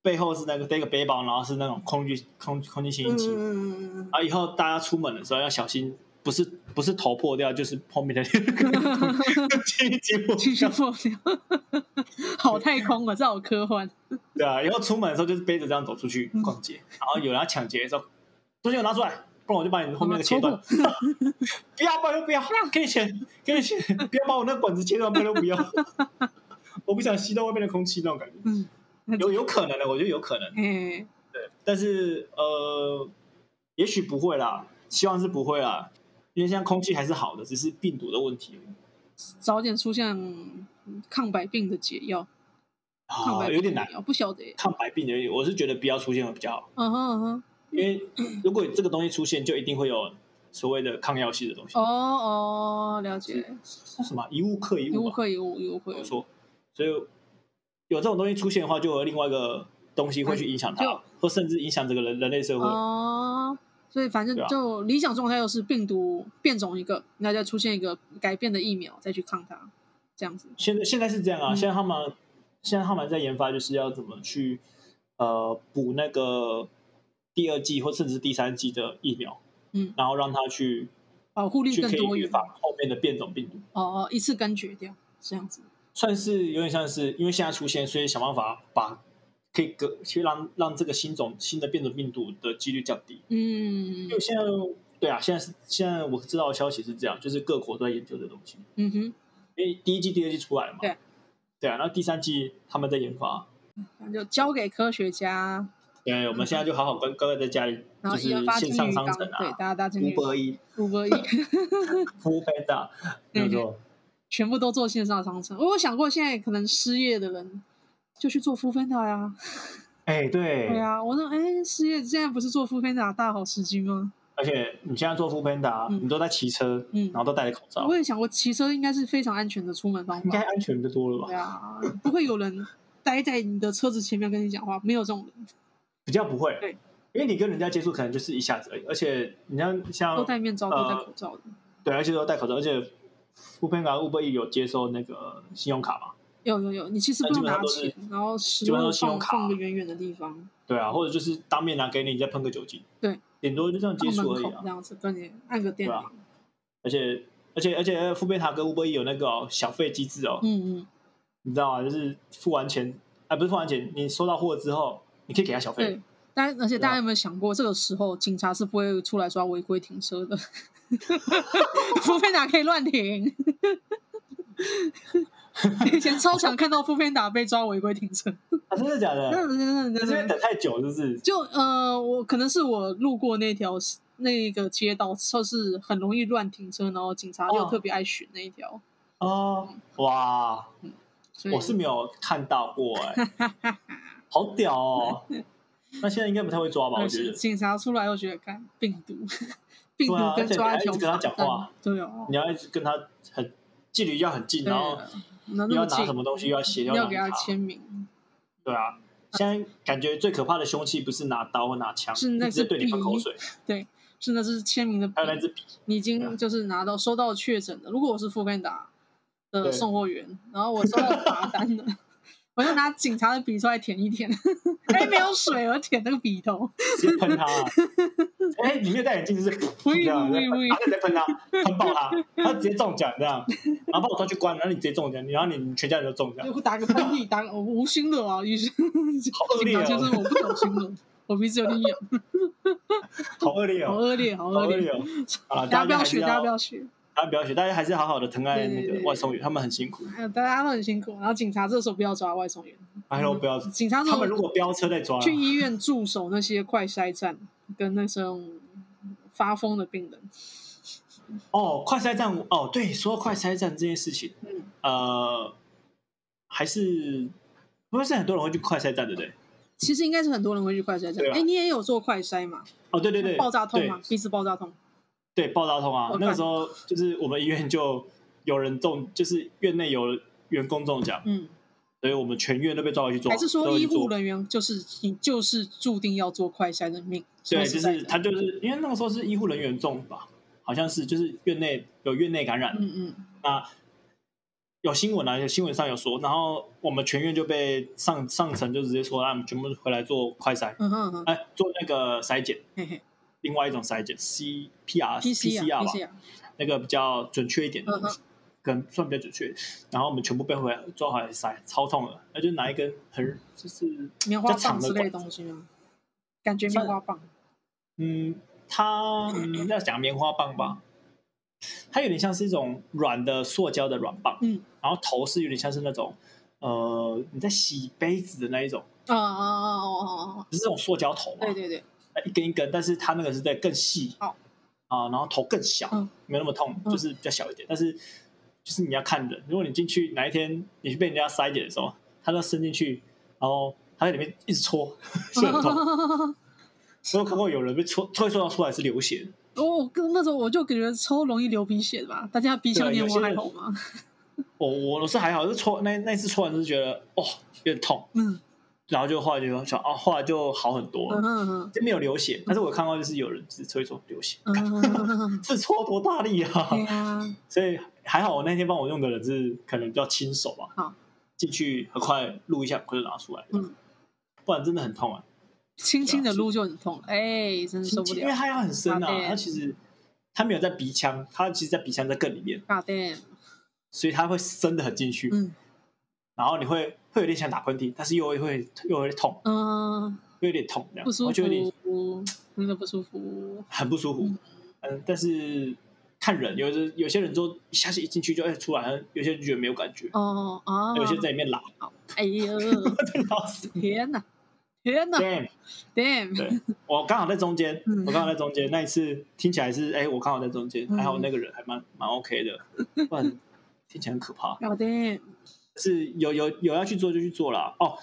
Speaker 2: 背后是那个带一个背包，然后是那种空气空空气清新
Speaker 1: 嗯嗯
Speaker 2: 机。
Speaker 1: 嗯嗯嗯嗯
Speaker 2: 然后以后大家出门的时候要小心，不是不是头破掉，就是后面的
Speaker 1: (laughs)
Speaker 2: 空气清新
Speaker 1: 继
Speaker 2: 机
Speaker 1: 续破掉， (laughs) 好太空啊了，这好科幻。
Speaker 2: (laughs) 对啊，以后出门的时候就是背着这样走出去
Speaker 1: 嗯
Speaker 2: 逛街，然后有人要抢劫的时候，东西给我拿出来。不然我就把你后面那个切
Speaker 1: (laughs)
Speaker 2: 断
Speaker 1: 好吧，
Speaker 2: (laughs) 不要，不要，不要，给你钱，给你钱，不要把我那个管子切断，不然都不要， (laughs) 我不想吸到外面的空气那种感觉，
Speaker 1: 嗯，
Speaker 2: 有有可能的，我觉得有可能。
Speaker 1: 哎，
Speaker 2: 但是呃，也许不会啦，希望是不会啦，因为现在空气还是好的，只是病毒的问题而已
Speaker 1: 早点出现嗯抗百病的解药，抗百
Speaker 2: 啊，
Speaker 1: 病
Speaker 2: 有点
Speaker 1: 的
Speaker 2: 难
Speaker 1: 药，不晓得耶。
Speaker 2: 抗白病而已。我是觉得不要出现会比较好，
Speaker 1: 嗯哼嗯哼，
Speaker 2: 因为如果这个东西出现，就一定会有所谓的抗药性的东西
Speaker 1: 哦，哦，了解。
Speaker 2: 是什么啊一物克一
Speaker 1: 有误
Speaker 2: 物吧，
Speaker 1: 会，有误有误会
Speaker 2: 没。错。所以有这种东西出现的话，就有另外一个东西会去影响
Speaker 1: 嗯就
Speaker 2: 它，或甚至影响整个人人类社会。
Speaker 1: 哦，所以反正
Speaker 2: 对啊
Speaker 1: 就理想状态又是病毒变种一个，那再出现一个改变的疫苗再去抗它，这样子。
Speaker 2: 现在现在是这样啊，
Speaker 1: 嗯
Speaker 2: 现在他们现在他们在研发，就是要怎么去呃补那个第二季或甚至第三季的疫苗，
Speaker 1: 嗯
Speaker 2: 然后让它去
Speaker 1: 保哦护力
Speaker 2: 去
Speaker 1: 更
Speaker 2: 可以
Speaker 1: 多
Speaker 2: 预
Speaker 1: 元。
Speaker 2: 防后面的变种病毒，
Speaker 1: 哦，一次根绝掉，这样子。
Speaker 2: 算是有点像是因为现在出现，所以想办法把可以隔去让让这个新种新的变种病毒的几率降低，
Speaker 1: 嗯
Speaker 2: 因为，现在。对啊，现在是现在我知道的消息是这样，就是各国都在研究这东西，
Speaker 1: 嗯哼，
Speaker 2: 因为第一季、第二季出来了嘛，
Speaker 1: 对，
Speaker 2: 对啊，然后第三季他们在研发，
Speaker 1: 那就交给科学家，
Speaker 2: 对，我们现在就好好乖乖在家里，
Speaker 1: 然
Speaker 2: 就
Speaker 1: 后
Speaker 2: 是
Speaker 1: 研发进
Speaker 2: 线上
Speaker 1: 浴
Speaker 2: 商
Speaker 1: 缸，
Speaker 2: 城
Speaker 1: 对，
Speaker 2: 啊
Speaker 1: 大家搭进浴
Speaker 2: ，Uber E、
Speaker 1: Uber E，
Speaker 2: Food Panda，
Speaker 1: 对
Speaker 2: 没有错，
Speaker 1: (laughs) 全部都做线上商城。我有想过，现在可能失业的人就去做 f o o p a n d a 呀，
Speaker 2: 哎，对
Speaker 1: 对啊，我说哎，失业现在不是做 f o o p a n d a 大好时机吗？
Speaker 2: 而且你现在做 Food Panda，
Speaker 1: 嗯
Speaker 2: 你都在骑车，
Speaker 1: 嗯
Speaker 2: 然后都戴着口罩
Speaker 1: 我，也想过，骑车应该是非常安全的出门方
Speaker 2: 应该
Speaker 1: 法，
Speaker 2: 安全的多了吧
Speaker 1: 对？啊，不会有人待在你的车子前面跟你讲话，没有这种人，
Speaker 2: 比较不会，
Speaker 1: 对，
Speaker 2: 因为你跟人家接触可能就是一下子而已，而且你像
Speaker 1: 都
Speaker 2: 像
Speaker 1: 戴面罩，都戴口罩的。
Speaker 2: 对，而且都戴口罩，而且 Food Panda、Uber E 有接收那个信用卡嘛？
Speaker 1: 有有有，你其实
Speaker 2: 那
Speaker 1: 不
Speaker 2: 基
Speaker 1: 用
Speaker 2: 本上
Speaker 1: 拿
Speaker 2: 都是
Speaker 1: 钱，然后食
Speaker 2: 基本上
Speaker 1: 物
Speaker 2: 都是信用
Speaker 1: 放
Speaker 2: 卡
Speaker 1: 放个远远的地方，
Speaker 2: 对啊，或者就是当面拿给你，你再喷个酒精，
Speaker 1: 对，
Speaker 2: 顶多就这样
Speaker 1: 到
Speaker 2: 接触而
Speaker 1: 门
Speaker 2: 已
Speaker 1: 口
Speaker 2: 啊
Speaker 1: 这。样子，跟你按个电
Speaker 2: 对
Speaker 1: 铃
Speaker 2: 啊。而且而且而且 Food Panda 跟 Uber E 有那个哦、小费机制哦，
Speaker 1: 嗯嗯，
Speaker 2: 你知道吗？就是付完钱，啊，不是付完钱，你收到货之后，你可以给他小费
Speaker 1: 对。。但而
Speaker 2: 对
Speaker 1: 且
Speaker 2: 啊
Speaker 1: 大家有没有想过，这个时候警察是不会出来抓违规停车的， (laughs) 副片打可以乱停。 (laughs) 以前超常看到副片打被抓违规停车，
Speaker 2: 啊，真的假的？
Speaker 1: 真的真的
Speaker 2: 在这边
Speaker 1: 真的。
Speaker 2: 等太久，是不是？
Speaker 1: 就呃，我可能是我路过那条那个街道，就是很容易乱停车，然后警察就
Speaker 2: 哦
Speaker 1: 特别爱巡那一条。
Speaker 2: 哦，哇，
Speaker 1: 所以
Speaker 2: 我是没有看到过
Speaker 1: (laughs)
Speaker 2: 哎、好屌哦！那现在应该不太会抓
Speaker 1: 嗯
Speaker 2: 吧？我觉得
Speaker 1: 呃警察出来又觉得看病毒，病毒
Speaker 2: 对啊
Speaker 1: 跟
Speaker 2: 而且你
Speaker 1: 抓
Speaker 2: 还
Speaker 1: 一
Speaker 2: 一
Speaker 1: 条
Speaker 2: 直跟他
Speaker 1: 反
Speaker 2: 讲
Speaker 1: 弹
Speaker 2: 话，
Speaker 1: 对哦，
Speaker 2: 你要一直跟他很距离要很近，然后
Speaker 1: 啊又
Speaker 2: 又要拿什么东西，又要写，
Speaker 1: 嗯要
Speaker 2: 拿
Speaker 1: 给他
Speaker 2: 卡
Speaker 1: 签名，
Speaker 2: 对啊，现在感觉最可怕的凶器不是拿刀或拿枪，
Speaker 1: 是那
Speaker 2: 你直接
Speaker 1: 支
Speaker 2: 对你喷
Speaker 1: 笔
Speaker 2: 口水，
Speaker 1: 是那是签名的笔
Speaker 2: 还有那支笔。
Speaker 1: 你已
Speaker 2: 对啊
Speaker 1: 经就是拿到收到确诊的。如果我是富干达
Speaker 2: 对
Speaker 1: 的送货员，然后我收到罚单了， (laughs) 我就拿警察的笔出来舔一舔，哎，没有水，我舔那个笔头，
Speaker 2: 直接
Speaker 1: (laughs)
Speaker 2: 喷他。哎、你没有戴眼镜，就是这
Speaker 1: 喂
Speaker 2: 样，
Speaker 1: 喂喂
Speaker 2: 然后你再喷他，喷爆
Speaker 1: (laughs)
Speaker 2: 他，他直接中奖这样，然后把我抓去关，然后你直接中奖，然后你全家人都中奖，
Speaker 1: 就打个喷嚏，打个我无心的啊，医生，
Speaker 2: 恶
Speaker 1: 警
Speaker 2: 劣
Speaker 1: 察
Speaker 2: 哦
Speaker 1: 就是我不小心的，我鼻子有点痒，
Speaker 2: 好恶劣
Speaker 1: 好
Speaker 2: 哦，
Speaker 1: 恶劣，好
Speaker 2: 好
Speaker 1: 恶
Speaker 2: 恶
Speaker 1: 劣
Speaker 2: 劣。哦！啊，
Speaker 1: 大家不要
Speaker 2: 还是
Speaker 1: 学，大家
Speaker 2: 要
Speaker 1: 不要学，
Speaker 2: 大家不要学，大家还是好好的疼爱
Speaker 1: 对对
Speaker 2: 那
Speaker 1: 对
Speaker 2: 个
Speaker 1: 对
Speaker 2: 外送员，他们很辛苦。
Speaker 1: 哎呀大家都很辛苦。然后警察这时候不要抓外送员，
Speaker 2: 哎呦，不要，
Speaker 1: 警察这
Speaker 2: 他们如
Speaker 1: 种
Speaker 2: 果飙车在抓，
Speaker 1: 嗯去医院驻守那些快筛站跟那种发疯的病人，
Speaker 2: 哦，快筛站哦，对，说到快筛站这件事情，
Speaker 1: 嗯
Speaker 2: 呃，还是不是很多人会去快筛站，对不对？
Speaker 1: 其实应该是很多人会去快筛站
Speaker 2: 对。啊
Speaker 1: 哎，你也有做快筛嘛？
Speaker 2: 哦，对对对，
Speaker 1: 爆炸痛
Speaker 2: 对
Speaker 1: 嘛，鼻子爆炸痛。
Speaker 2: 对，爆炸痛啊
Speaker 1: 我！
Speaker 2: 那个
Speaker 1: 看
Speaker 2: 时候就是我们医院就有人中，就是院内有员工中奖，
Speaker 1: 嗯，
Speaker 2: 所以我们全院都被抓回去做。
Speaker 1: 还是
Speaker 2: 都
Speaker 1: 说
Speaker 2: 回
Speaker 1: 医
Speaker 2: 去做
Speaker 1: 护人员就是你就是注定要做快筛的命？
Speaker 2: 对，
Speaker 1: 说
Speaker 2: 就
Speaker 1: 实在
Speaker 2: 是
Speaker 1: 的
Speaker 2: 他就是因为那个时候是医护人员中吧，好像是就是院内有院内感染，
Speaker 1: 嗯嗯，
Speaker 2: 那有新闻啊，有新闻上有说，然后我们全院就被上上层就直接说，让啊我们全部回来做快筛，
Speaker 1: 嗯哼嗯哼，
Speaker 2: 哎，做那个筛检，
Speaker 1: 嘿嘿
Speaker 2: 另外一种筛检 C P R
Speaker 1: ，PC 啊
Speaker 2: 吧，
Speaker 1: ，PC 啊，
Speaker 2: 那个比较准确一点的东西，可能算比较准确。然后我们全部被回来抓回来塞，超痛的。那就拿一根很就是
Speaker 1: 棉花
Speaker 2: 比较长
Speaker 1: 棒
Speaker 2: 的
Speaker 1: 之类的
Speaker 2: 管
Speaker 1: 东西吗？感觉棉花棒，
Speaker 2: 嗯，它嗯要讲棉花棒吧，它有点像是一种软的塑胶的软棒，
Speaker 1: 嗯，
Speaker 2: 然后头是有点像是那种呃你在洗杯子的那一种，
Speaker 1: 啊啊啊哦哦哦哦，
Speaker 2: 就是这种塑胶头嘛，
Speaker 1: 对对对，
Speaker 2: 一根一根，但是它那个是在更细，
Speaker 1: 哦
Speaker 2: 啊，然后头更小，
Speaker 1: 嗯
Speaker 2: 没有那么痛，
Speaker 1: 嗯
Speaker 2: 就是比较小一点。但是就是你要看人，如果你进去哪一天你去被人家塞检的时候，他都伸进去，然后他在里面一直戳， (laughs) 是很
Speaker 1: (laughs)
Speaker 2: 痛。我有看过有人被戳，戳一戳到出来是流血的，
Speaker 1: 我我哦跟那时候我就感觉超容易流鼻血的吧，大家鼻
Speaker 2: 对
Speaker 1: 腔
Speaker 2: 啊
Speaker 1: 黏
Speaker 2: 有
Speaker 1: 膜
Speaker 2: 些
Speaker 1: 还
Speaker 2: 人
Speaker 1: 好吗？
Speaker 2: 我我是还好，是戳那那次戳完就是觉得哦有点痛，
Speaker 1: 嗯
Speaker 2: 然后就后来就想啊，后来就好很多
Speaker 1: 嗯
Speaker 2: 了，
Speaker 1: 嗯
Speaker 2: 就没有流血。但是我看到就是有人只戳一戳流血，(laughs)
Speaker 1: 嗯嗯，
Speaker 2: 这戳多大力啊！
Speaker 1: 对呀，
Speaker 2: (laughs) 所以还好，我那天帮我用的人是可能比较轻手吧。
Speaker 1: 好，
Speaker 2: 进去很快录一下，很快就拿出来。
Speaker 1: 嗯，
Speaker 2: 不然真的很痛啊，
Speaker 1: 轻轻的撸就很痛，哎，真是受不
Speaker 2: 因为
Speaker 1: 了。
Speaker 2: 它要很深
Speaker 1: 啊
Speaker 2: 啊。
Speaker 1: 对
Speaker 2: 它其实它没有在鼻腔，它其实，在鼻腔在更里面，
Speaker 1: God damn！
Speaker 2: 所以它会深的很进去。
Speaker 1: 嗯
Speaker 2: 然后你会会有点想打喷嚏，但是又会会又会痛，
Speaker 1: 嗯，
Speaker 2: 又有点痛，这样
Speaker 1: 不舒
Speaker 2: 我就有点
Speaker 1: 服，真的不舒服。
Speaker 2: 很不舒服
Speaker 1: 嗯。
Speaker 2: 而嗯，但是看人，有的有些人就一下子一进去就哎出来了，有些人就觉得没有感觉，
Speaker 1: 哦哦，
Speaker 2: 有些在里面拉， (laughs)
Speaker 1: 哎呦，
Speaker 2: 老死
Speaker 1: 天哪，天哪 (laughs)
Speaker 2: damn。
Speaker 1: ，damn，
Speaker 2: 对啊我刚好在中间
Speaker 1: 嗯，
Speaker 2: 我刚好在中间。那一次听起来是，哎、我刚好在中间，还
Speaker 1: 嗯
Speaker 2: 好那个人还蛮蛮 OK 的，不然听起来很可怕。
Speaker 1: 搞 damn，
Speaker 2: 是有有有要去做就去做啦。哦，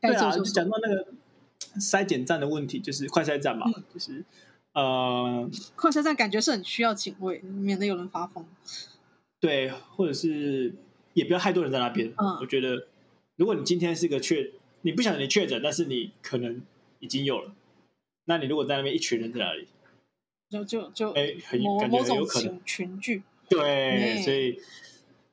Speaker 1: 该
Speaker 2: 对
Speaker 1: 做
Speaker 2: 啊，
Speaker 1: 就
Speaker 2: 就
Speaker 1: 做
Speaker 2: 讲到那个筛检站的问题，就是快筛站嘛，
Speaker 1: 嗯
Speaker 2: 就是呃，
Speaker 1: 快车站感觉是很需要警卫，免得有人发疯。
Speaker 2: 对，或者是也不要太多人在那边。
Speaker 1: 嗯
Speaker 2: 我觉得如果你今天是个确，你不想你确诊，但是你可能已经有了，那你如果在那边一群人在那里，
Speaker 1: 就就就
Speaker 2: 哎、很
Speaker 1: 某
Speaker 2: 感
Speaker 1: 某
Speaker 2: 觉很
Speaker 1: 种
Speaker 2: 有可能。
Speaker 1: 群群聚，
Speaker 2: 对，
Speaker 1: 嗯
Speaker 2: 所以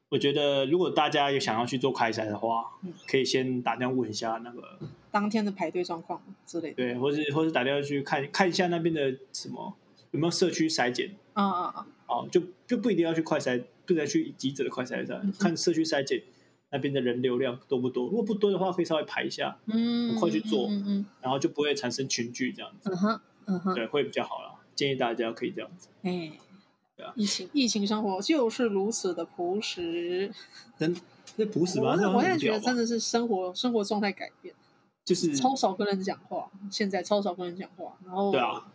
Speaker 2: 我觉得如果大家有想要去做快筛的话
Speaker 1: 嗯，
Speaker 2: 可以先打电话问一下那个，
Speaker 1: 当天的排队状况之类的。
Speaker 2: 对，或是或是打电话去看看一下那边的什么有没有社区筛检
Speaker 1: 啊啊啊！
Speaker 2: 哦，就就不一定要去快筛，不能去急诊的快筛
Speaker 1: 嗯
Speaker 2: 站，看社区筛检那边的人流量多不多，如果不多的话，可以稍微排一下，
Speaker 1: 嗯，
Speaker 2: 快去做
Speaker 1: 嗯嗯
Speaker 2: 然后就不会产生群聚这样子，
Speaker 1: 嗯哼嗯哼，
Speaker 2: 对，会比较好啦。建议大家可以这样子，
Speaker 1: 哎
Speaker 2: 对啊，
Speaker 1: 疫情疫情生活就是如此的朴实。
Speaker 2: 能那不是吧？
Speaker 1: 我我现在觉得真
Speaker 2: 真的
Speaker 1: 的是生活生活状态改变，
Speaker 2: 就是
Speaker 1: 超少跟人讲话，现在超少跟人讲话，然后
Speaker 2: 对啊，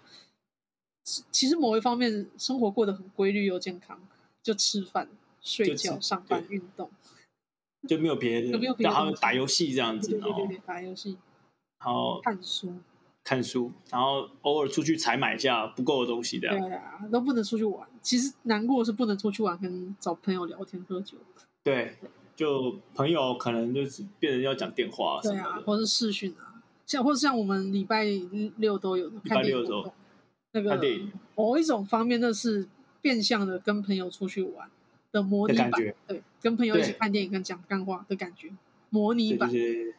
Speaker 1: 其其实某一方面生活过得很规律又健康，就吃饭、睡
Speaker 2: 就吃
Speaker 1: 觉、上班、运动，
Speaker 2: 就没有别
Speaker 1: 就
Speaker 2: 的
Speaker 1: 没有，别的
Speaker 2: 然后
Speaker 1: 东西
Speaker 2: 打游戏这样
Speaker 1: 对
Speaker 2: 子，
Speaker 1: 对
Speaker 2: 然
Speaker 1: 对
Speaker 2: 后
Speaker 1: 对对，打游戏、
Speaker 2: 然后
Speaker 1: 看书，
Speaker 2: 看书，然后偶尔出去采买一下不够的东西，这样。
Speaker 1: 对啊，都不能出去玩。其实难过是不能出去玩，跟找朋友聊天喝酒，
Speaker 2: 对，就朋友可能就是变成要讲电话什
Speaker 1: 对
Speaker 2: 么
Speaker 1: 啊，
Speaker 2: 的，
Speaker 1: 或是视讯啊，像或是像我们礼拜六都有看电
Speaker 2: 六
Speaker 1: 影
Speaker 2: 的时候
Speaker 1: 活动，那
Speaker 2: 看电
Speaker 1: 个
Speaker 2: 影
Speaker 1: 某一种方面，那是变相的跟朋友出去玩的模拟
Speaker 2: 的
Speaker 1: 版
Speaker 2: 感觉，
Speaker 1: 对，跟朋友一起
Speaker 2: 对
Speaker 1: 看电影跟讲干话的感觉，模拟
Speaker 2: 对
Speaker 1: 版
Speaker 2: 就。是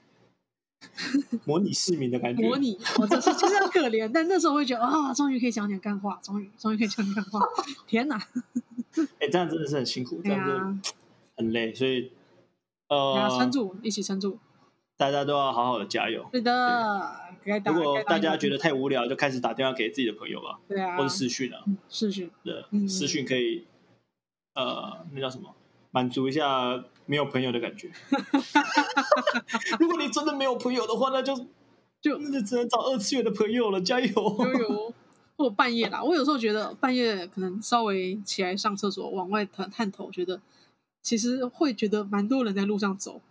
Speaker 2: 模拟市民的感觉。
Speaker 1: 模拟，我真是就是很可怜，但那时候会觉得啊，终于可以讲点干话，终于终于可以讲点干话，天哪！
Speaker 2: 哎，这样真的是很辛苦，这
Speaker 1: 对
Speaker 2: 样真
Speaker 1: 啊
Speaker 2: 的，很累，所以
Speaker 1: 大家撑
Speaker 2: 呃，
Speaker 1: 住，一起撑住，
Speaker 2: 大家都要好好的加油。
Speaker 1: 是的，该打。
Speaker 2: 如果
Speaker 1: 啊该打
Speaker 2: 大家觉
Speaker 1: 得
Speaker 2: 得太无聊，就开始打电话给自己的朋友吧，
Speaker 1: 对啊
Speaker 2: 或，者私讯啊，
Speaker 1: 嗯是是，
Speaker 2: 的
Speaker 1: 嗯
Speaker 2: 私讯可以，呃，那叫什么？满足一下没有朋友的感觉。 (laughs) 如果你真的没有朋友的话，那就
Speaker 1: 就
Speaker 2: 那就只能找二次元的朋友了，加油！
Speaker 1: 悠悠，或半夜啦，我有时候觉得半夜可能稍微起来上厕所，往外探探头，觉得其实会觉得蛮多人在路上走，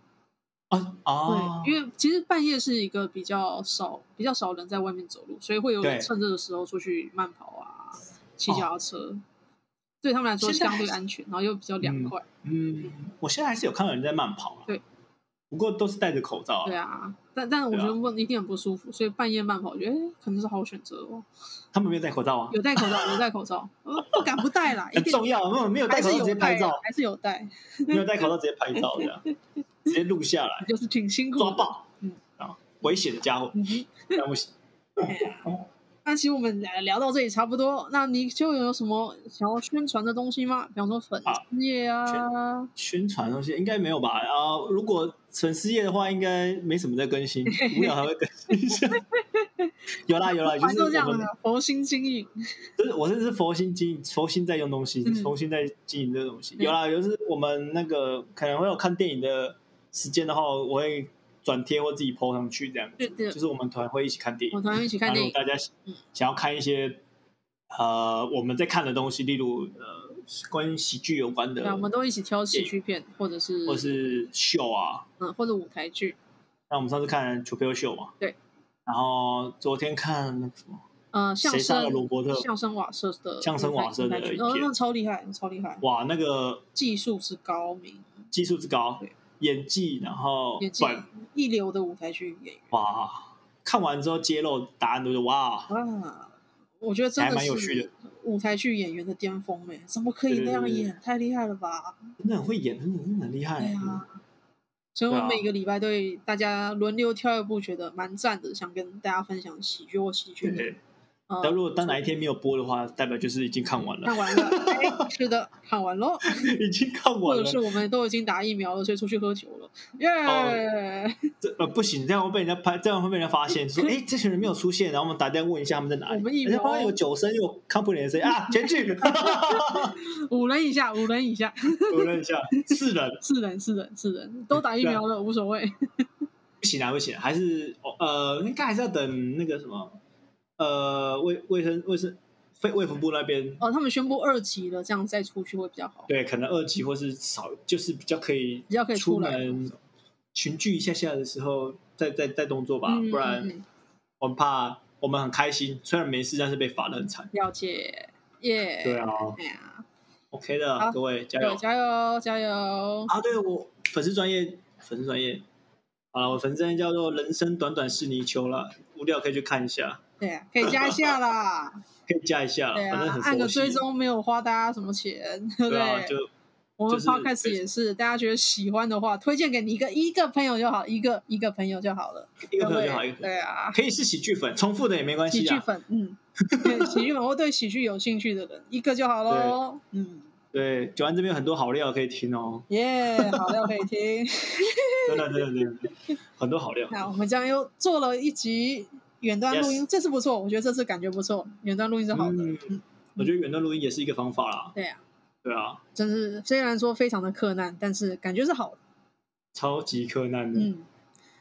Speaker 2: 啊啊！
Speaker 1: 对，因为其实半夜是一个比较少、比较少人在外面走路，所以会有
Speaker 2: 对
Speaker 1: 人
Speaker 2: 哦
Speaker 1: 趁这个时候出去慢跑啊，骑脚踏车，对他们来说
Speaker 2: 现在
Speaker 1: 相对安全，然后又比较凉快。
Speaker 2: 嗯，我现在还是有看到有人在慢跑啊，
Speaker 1: 对，
Speaker 2: 不过都是戴着口罩
Speaker 1: 对
Speaker 2: 啊。
Speaker 1: 啊，但但我觉
Speaker 2: 对啊
Speaker 1: 得问一定很不舒服，所以半夜慢跑，我觉得哎可能是好选择哦。
Speaker 2: 他们没有戴口罩啊，
Speaker 1: 有戴口罩，有戴口罩，呃不敢不戴啦，一
Speaker 2: (laughs) 很
Speaker 1: 定
Speaker 2: 重要。没有没有戴
Speaker 1: 还
Speaker 2: 口
Speaker 1: 是
Speaker 2: 罩直接
Speaker 1: 有戴
Speaker 2: 拍
Speaker 1: 啊
Speaker 2: 照，，
Speaker 1: 还是有戴，
Speaker 2: 没有戴口罩直接拍照这样，
Speaker 1: (laughs)
Speaker 2: 直接录下来，
Speaker 1: 就是挺辛苦的
Speaker 2: 抓。爆
Speaker 1: 嗯。
Speaker 2: 啊，危险的家伙，
Speaker 1: 嗯哼
Speaker 2: 这样不行。
Speaker 1: 那其实我们呃聊到这里差不多，那你就有什么想要宣传的东西吗？比方说粉丝页啊，
Speaker 2: 宣传的东西应该没有吧？啊，如果粉丝页的话，应该没什么在更新，无聊还会更新一
Speaker 1: (laughs)
Speaker 2: 下。有啦有啦，就
Speaker 1: 反
Speaker 2: 是
Speaker 1: 正这
Speaker 2: 我
Speaker 1: 样
Speaker 2: 们，
Speaker 1: 的佛心经营，
Speaker 2: 就是我这是佛心经营，佛心在用东西，
Speaker 1: 嗯
Speaker 2: 佛心在经营这个东西。
Speaker 1: 嗯
Speaker 2: 有啦，就是我们那个可能会有看电影的时间的话，我会转贴或自己 PO 上去这样
Speaker 1: 对
Speaker 2: 子。
Speaker 1: 对
Speaker 2: 就是我们团会一起看电
Speaker 1: 我
Speaker 2: 影，
Speaker 1: 团一起看
Speaker 2: 然后
Speaker 1: 电
Speaker 2: 如
Speaker 1: 影
Speaker 2: 果，大家
Speaker 1: 嗯
Speaker 2: 想要看一些呃我们在看的东西，例如呃关于喜剧有关的
Speaker 1: 对，啊，我们都一起挑喜剧片，或者是
Speaker 2: 或是秀啊，
Speaker 1: 嗯，或者舞台剧，
Speaker 2: 那我们上次看《楚飘秀》嘛，
Speaker 1: 对。
Speaker 2: 然后昨天看那个什么
Speaker 1: 嗯，相
Speaker 2: 谁杀了罗
Speaker 1: 声
Speaker 2: 伯特
Speaker 1: 相声瓦舍的
Speaker 2: 相声瓦舍的
Speaker 1: 舞台剧
Speaker 2: 影
Speaker 1: 哦，
Speaker 2: 片
Speaker 1: 那超厉害，超厉害，
Speaker 2: 哇，那个
Speaker 1: 技术之高明，
Speaker 2: 技术之高
Speaker 1: 对，
Speaker 2: 演技，然后
Speaker 1: 演技
Speaker 2: 本
Speaker 1: 一流的舞台剧演员
Speaker 2: 哇，看完之后揭露答案都是哇，
Speaker 1: 啊，我觉得真
Speaker 2: 还
Speaker 1: 的
Speaker 2: 蛮
Speaker 1: 是
Speaker 2: 有趣的
Speaker 1: 舞台剧演员的巅峰哎，怎么可以那样
Speaker 2: 对对对
Speaker 1: 演？太厉害了吧！
Speaker 2: 真的很会演，真的真的很厉害
Speaker 1: 对。啊，所以我
Speaker 2: 对啊
Speaker 1: 每个礼拜对大家轮流挑一部觉得蛮赞的，想跟大家分享喜剧或喜剧
Speaker 2: 对
Speaker 1: 的
Speaker 2: 对
Speaker 1: 嗯
Speaker 2: 但如果当哪一天没有播的话，代表就是已经看完了，
Speaker 1: 看完了，哎，是的，看完喽。
Speaker 2: 已经看
Speaker 1: 或
Speaker 2: 完
Speaker 1: 者
Speaker 2: 了
Speaker 1: 是。我们都已经打疫苗了，所以出去喝酒了，耶、
Speaker 2: 哦这呃不行，这样会被人家拍，这样会被人家发现，
Speaker 1: 嗯
Speaker 2: 说哎，这群人没有出现，然后我们打电话问一下他们在哪里。
Speaker 1: 我们疫
Speaker 2: 哎人家
Speaker 1: 苗
Speaker 2: 发现有酒声，有康普脸声
Speaker 1: 嗯
Speaker 2: 啊，前去，
Speaker 1: 五人以下，五人以下，
Speaker 2: (laughs) 我认一下，四人
Speaker 1: 四人，四人，四人，都打疫
Speaker 2: 啊
Speaker 1: 苗了，无所谓。
Speaker 2: 不行啊，不行啊，还是哦呃，应该还是要等那个什么呃卫卫生卫生卫卫福部那边，
Speaker 1: 哦，他们宣布二级了，这样再出去会比较好，
Speaker 2: 对，可能二级或是少，就是比较可以
Speaker 1: 比较可以
Speaker 2: 出
Speaker 1: 出来。
Speaker 2: 门群聚一下下的时候，再再再动作吧，
Speaker 1: 嗯
Speaker 2: 不然
Speaker 1: 嗯嗯
Speaker 2: 我们怕我们很开心，虽然没事，但是被罚的很惨。
Speaker 1: 了解，耶、
Speaker 2: 对啊
Speaker 1: 哎呀，
Speaker 2: ，OK
Speaker 1: 好
Speaker 2: 的，各位加
Speaker 1: 对，
Speaker 2: 油！
Speaker 1: 加油，加油！
Speaker 2: 啊，对我粉丝专业，粉丝专业，好了，我粉丝专业叫做“人生短短是泥鳅”啦，无聊可以去看一下，
Speaker 1: 对啊，可以加一
Speaker 2: (laughs)
Speaker 1: 下啦，
Speaker 2: 可以加一下啦，
Speaker 1: 对
Speaker 2: 反正
Speaker 1: 啊
Speaker 2: 很，
Speaker 1: 按个
Speaker 2: 佛系
Speaker 1: 追，踪，没有花大家什
Speaker 2: (laughs)
Speaker 1: 么钱，对不
Speaker 2: 对啊，就
Speaker 1: 我们
Speaker 2: 就是
Speaker 1: podcast 也是，大家觉得喜欢的话，推荐给你一个一个朋友就好，一个一个朋友就好了，
Speaker 2: 一个朋友就好，
Speaker 1: 对
Speaker 2: 一
Speaker 1: 不
Speaker 2: 个
Speaker 1: 对
Speaker 2: 朋友
Speaker 1: 对啊，
Speaker 2: 可以是喜剧粉，重复的也没关
Speaker 1: 喜
Speaker 2: 系
Speaker 1: 剧
Speaker 2: 啊。
Speaker 1: 粉，
Speaker 2: (laughs)
Speaker 1: 嗯，对，喜剧粉或对喜剧有兴趣的人，一个就好喽。嗯，
Speaker 2: 对，九安这边有很多好料可以听哦，
Speaker 1: 耶、好料可以听。
Speaker 2: (laughs) 真的真的真的，很多好料。
Speaker 1: 那我们这样又做了一集远端录音
Speaker 2: Yes
Speaker 1: 这次不错，我觉得这次感觉不错，远端录音是好的。
Speaker 2: 嗯，我觉得远端录音也是一个方法啦。
Speaker 1: 对啊，
Speaker 2: 对啊，
Speaker 1: 真是虽然说非常的困难，但是感觉是好的。
Speaker 2: 超级困难的，
Speaker 1: 嗯，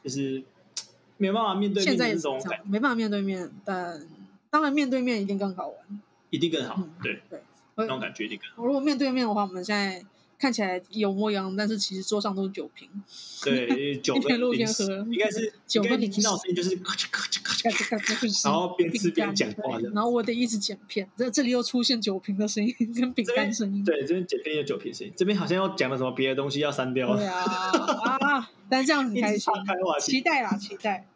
Speaker 2: 就是嘖没有办法面对面
Speaker 1: 现在
Speaker 2: 的
Speaker 1: 也
Speaker 2: 那
Speaker 1: 是
Speaker 2: 种
Speaker 1: 这
Speaker 2: 感，
Speaker 1: 样，没办法面对面，但当然面对面一定更好玩。
Speaker 2: 一定更好
Speaker 1: 嗯。
Speaker 2: 对
Speaker 1: 对，
Speaker 2: 那种感觉一定更
Speaker 1: (laughs)
Speaker 2: 好。
Speaker 1: 如果面对面的话，我们现在看起来有模有样，但是其实桌上都是酒瓶，
Speaker 2: 对，因为酒
Speaker 1: 一边
Speaker 2: 跟
Speaker 1: 录
Speaker 2: 零
Speaker 1: 边
Speaker 2: 食
Speaker 1: 喝
Speaker 2: 应该是
Speaker 1: 酒
Speaker 2: 应
Speaker 1: 跟
Speaker 2: 该你
Speaker 1: 零
Speaker 2: 听到
Speaker 1: 食
Speaker 2: 的声音就是咔嚓咔嚓咔嚓
Speaker 1: 嘎吱嘎吱不行
Speaker 2: 然后边吃边讲话
Speaker 1: 对
Speaker 2: 的。
Speaker 1: 然后我得一直剪片，这这里又出现酒瓶的声音跟饼干声音。
Speaker 2: 对，这边这边有酒瓶声音，这边好像要讲的什么别的东西要删掉了
Speaker 1: 对，啊啊！但是这样
Speaker 2: (laughs)
Speaker 1: 很
Speaker 2: 一
Speaker 1: 开
Speaker 2: 直
Speaker 1: 心
Speaker 2: 岔，开话
Speaker 1: 期
Speaker 2: 题。
Speaker 1: 待啦，期待。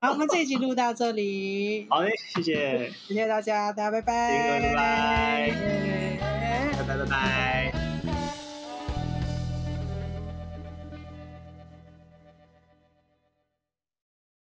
Speaker 1: 好，那这一集录到这里，
Speaker 2: 好嘞，谢谢，
Speaker 1: 谢谢大家，大家拜拜，
Speaker 2: 谢谢各位拜拜拜
Speaker 1: 拜拜。
Speaker 2: 拜拜拜。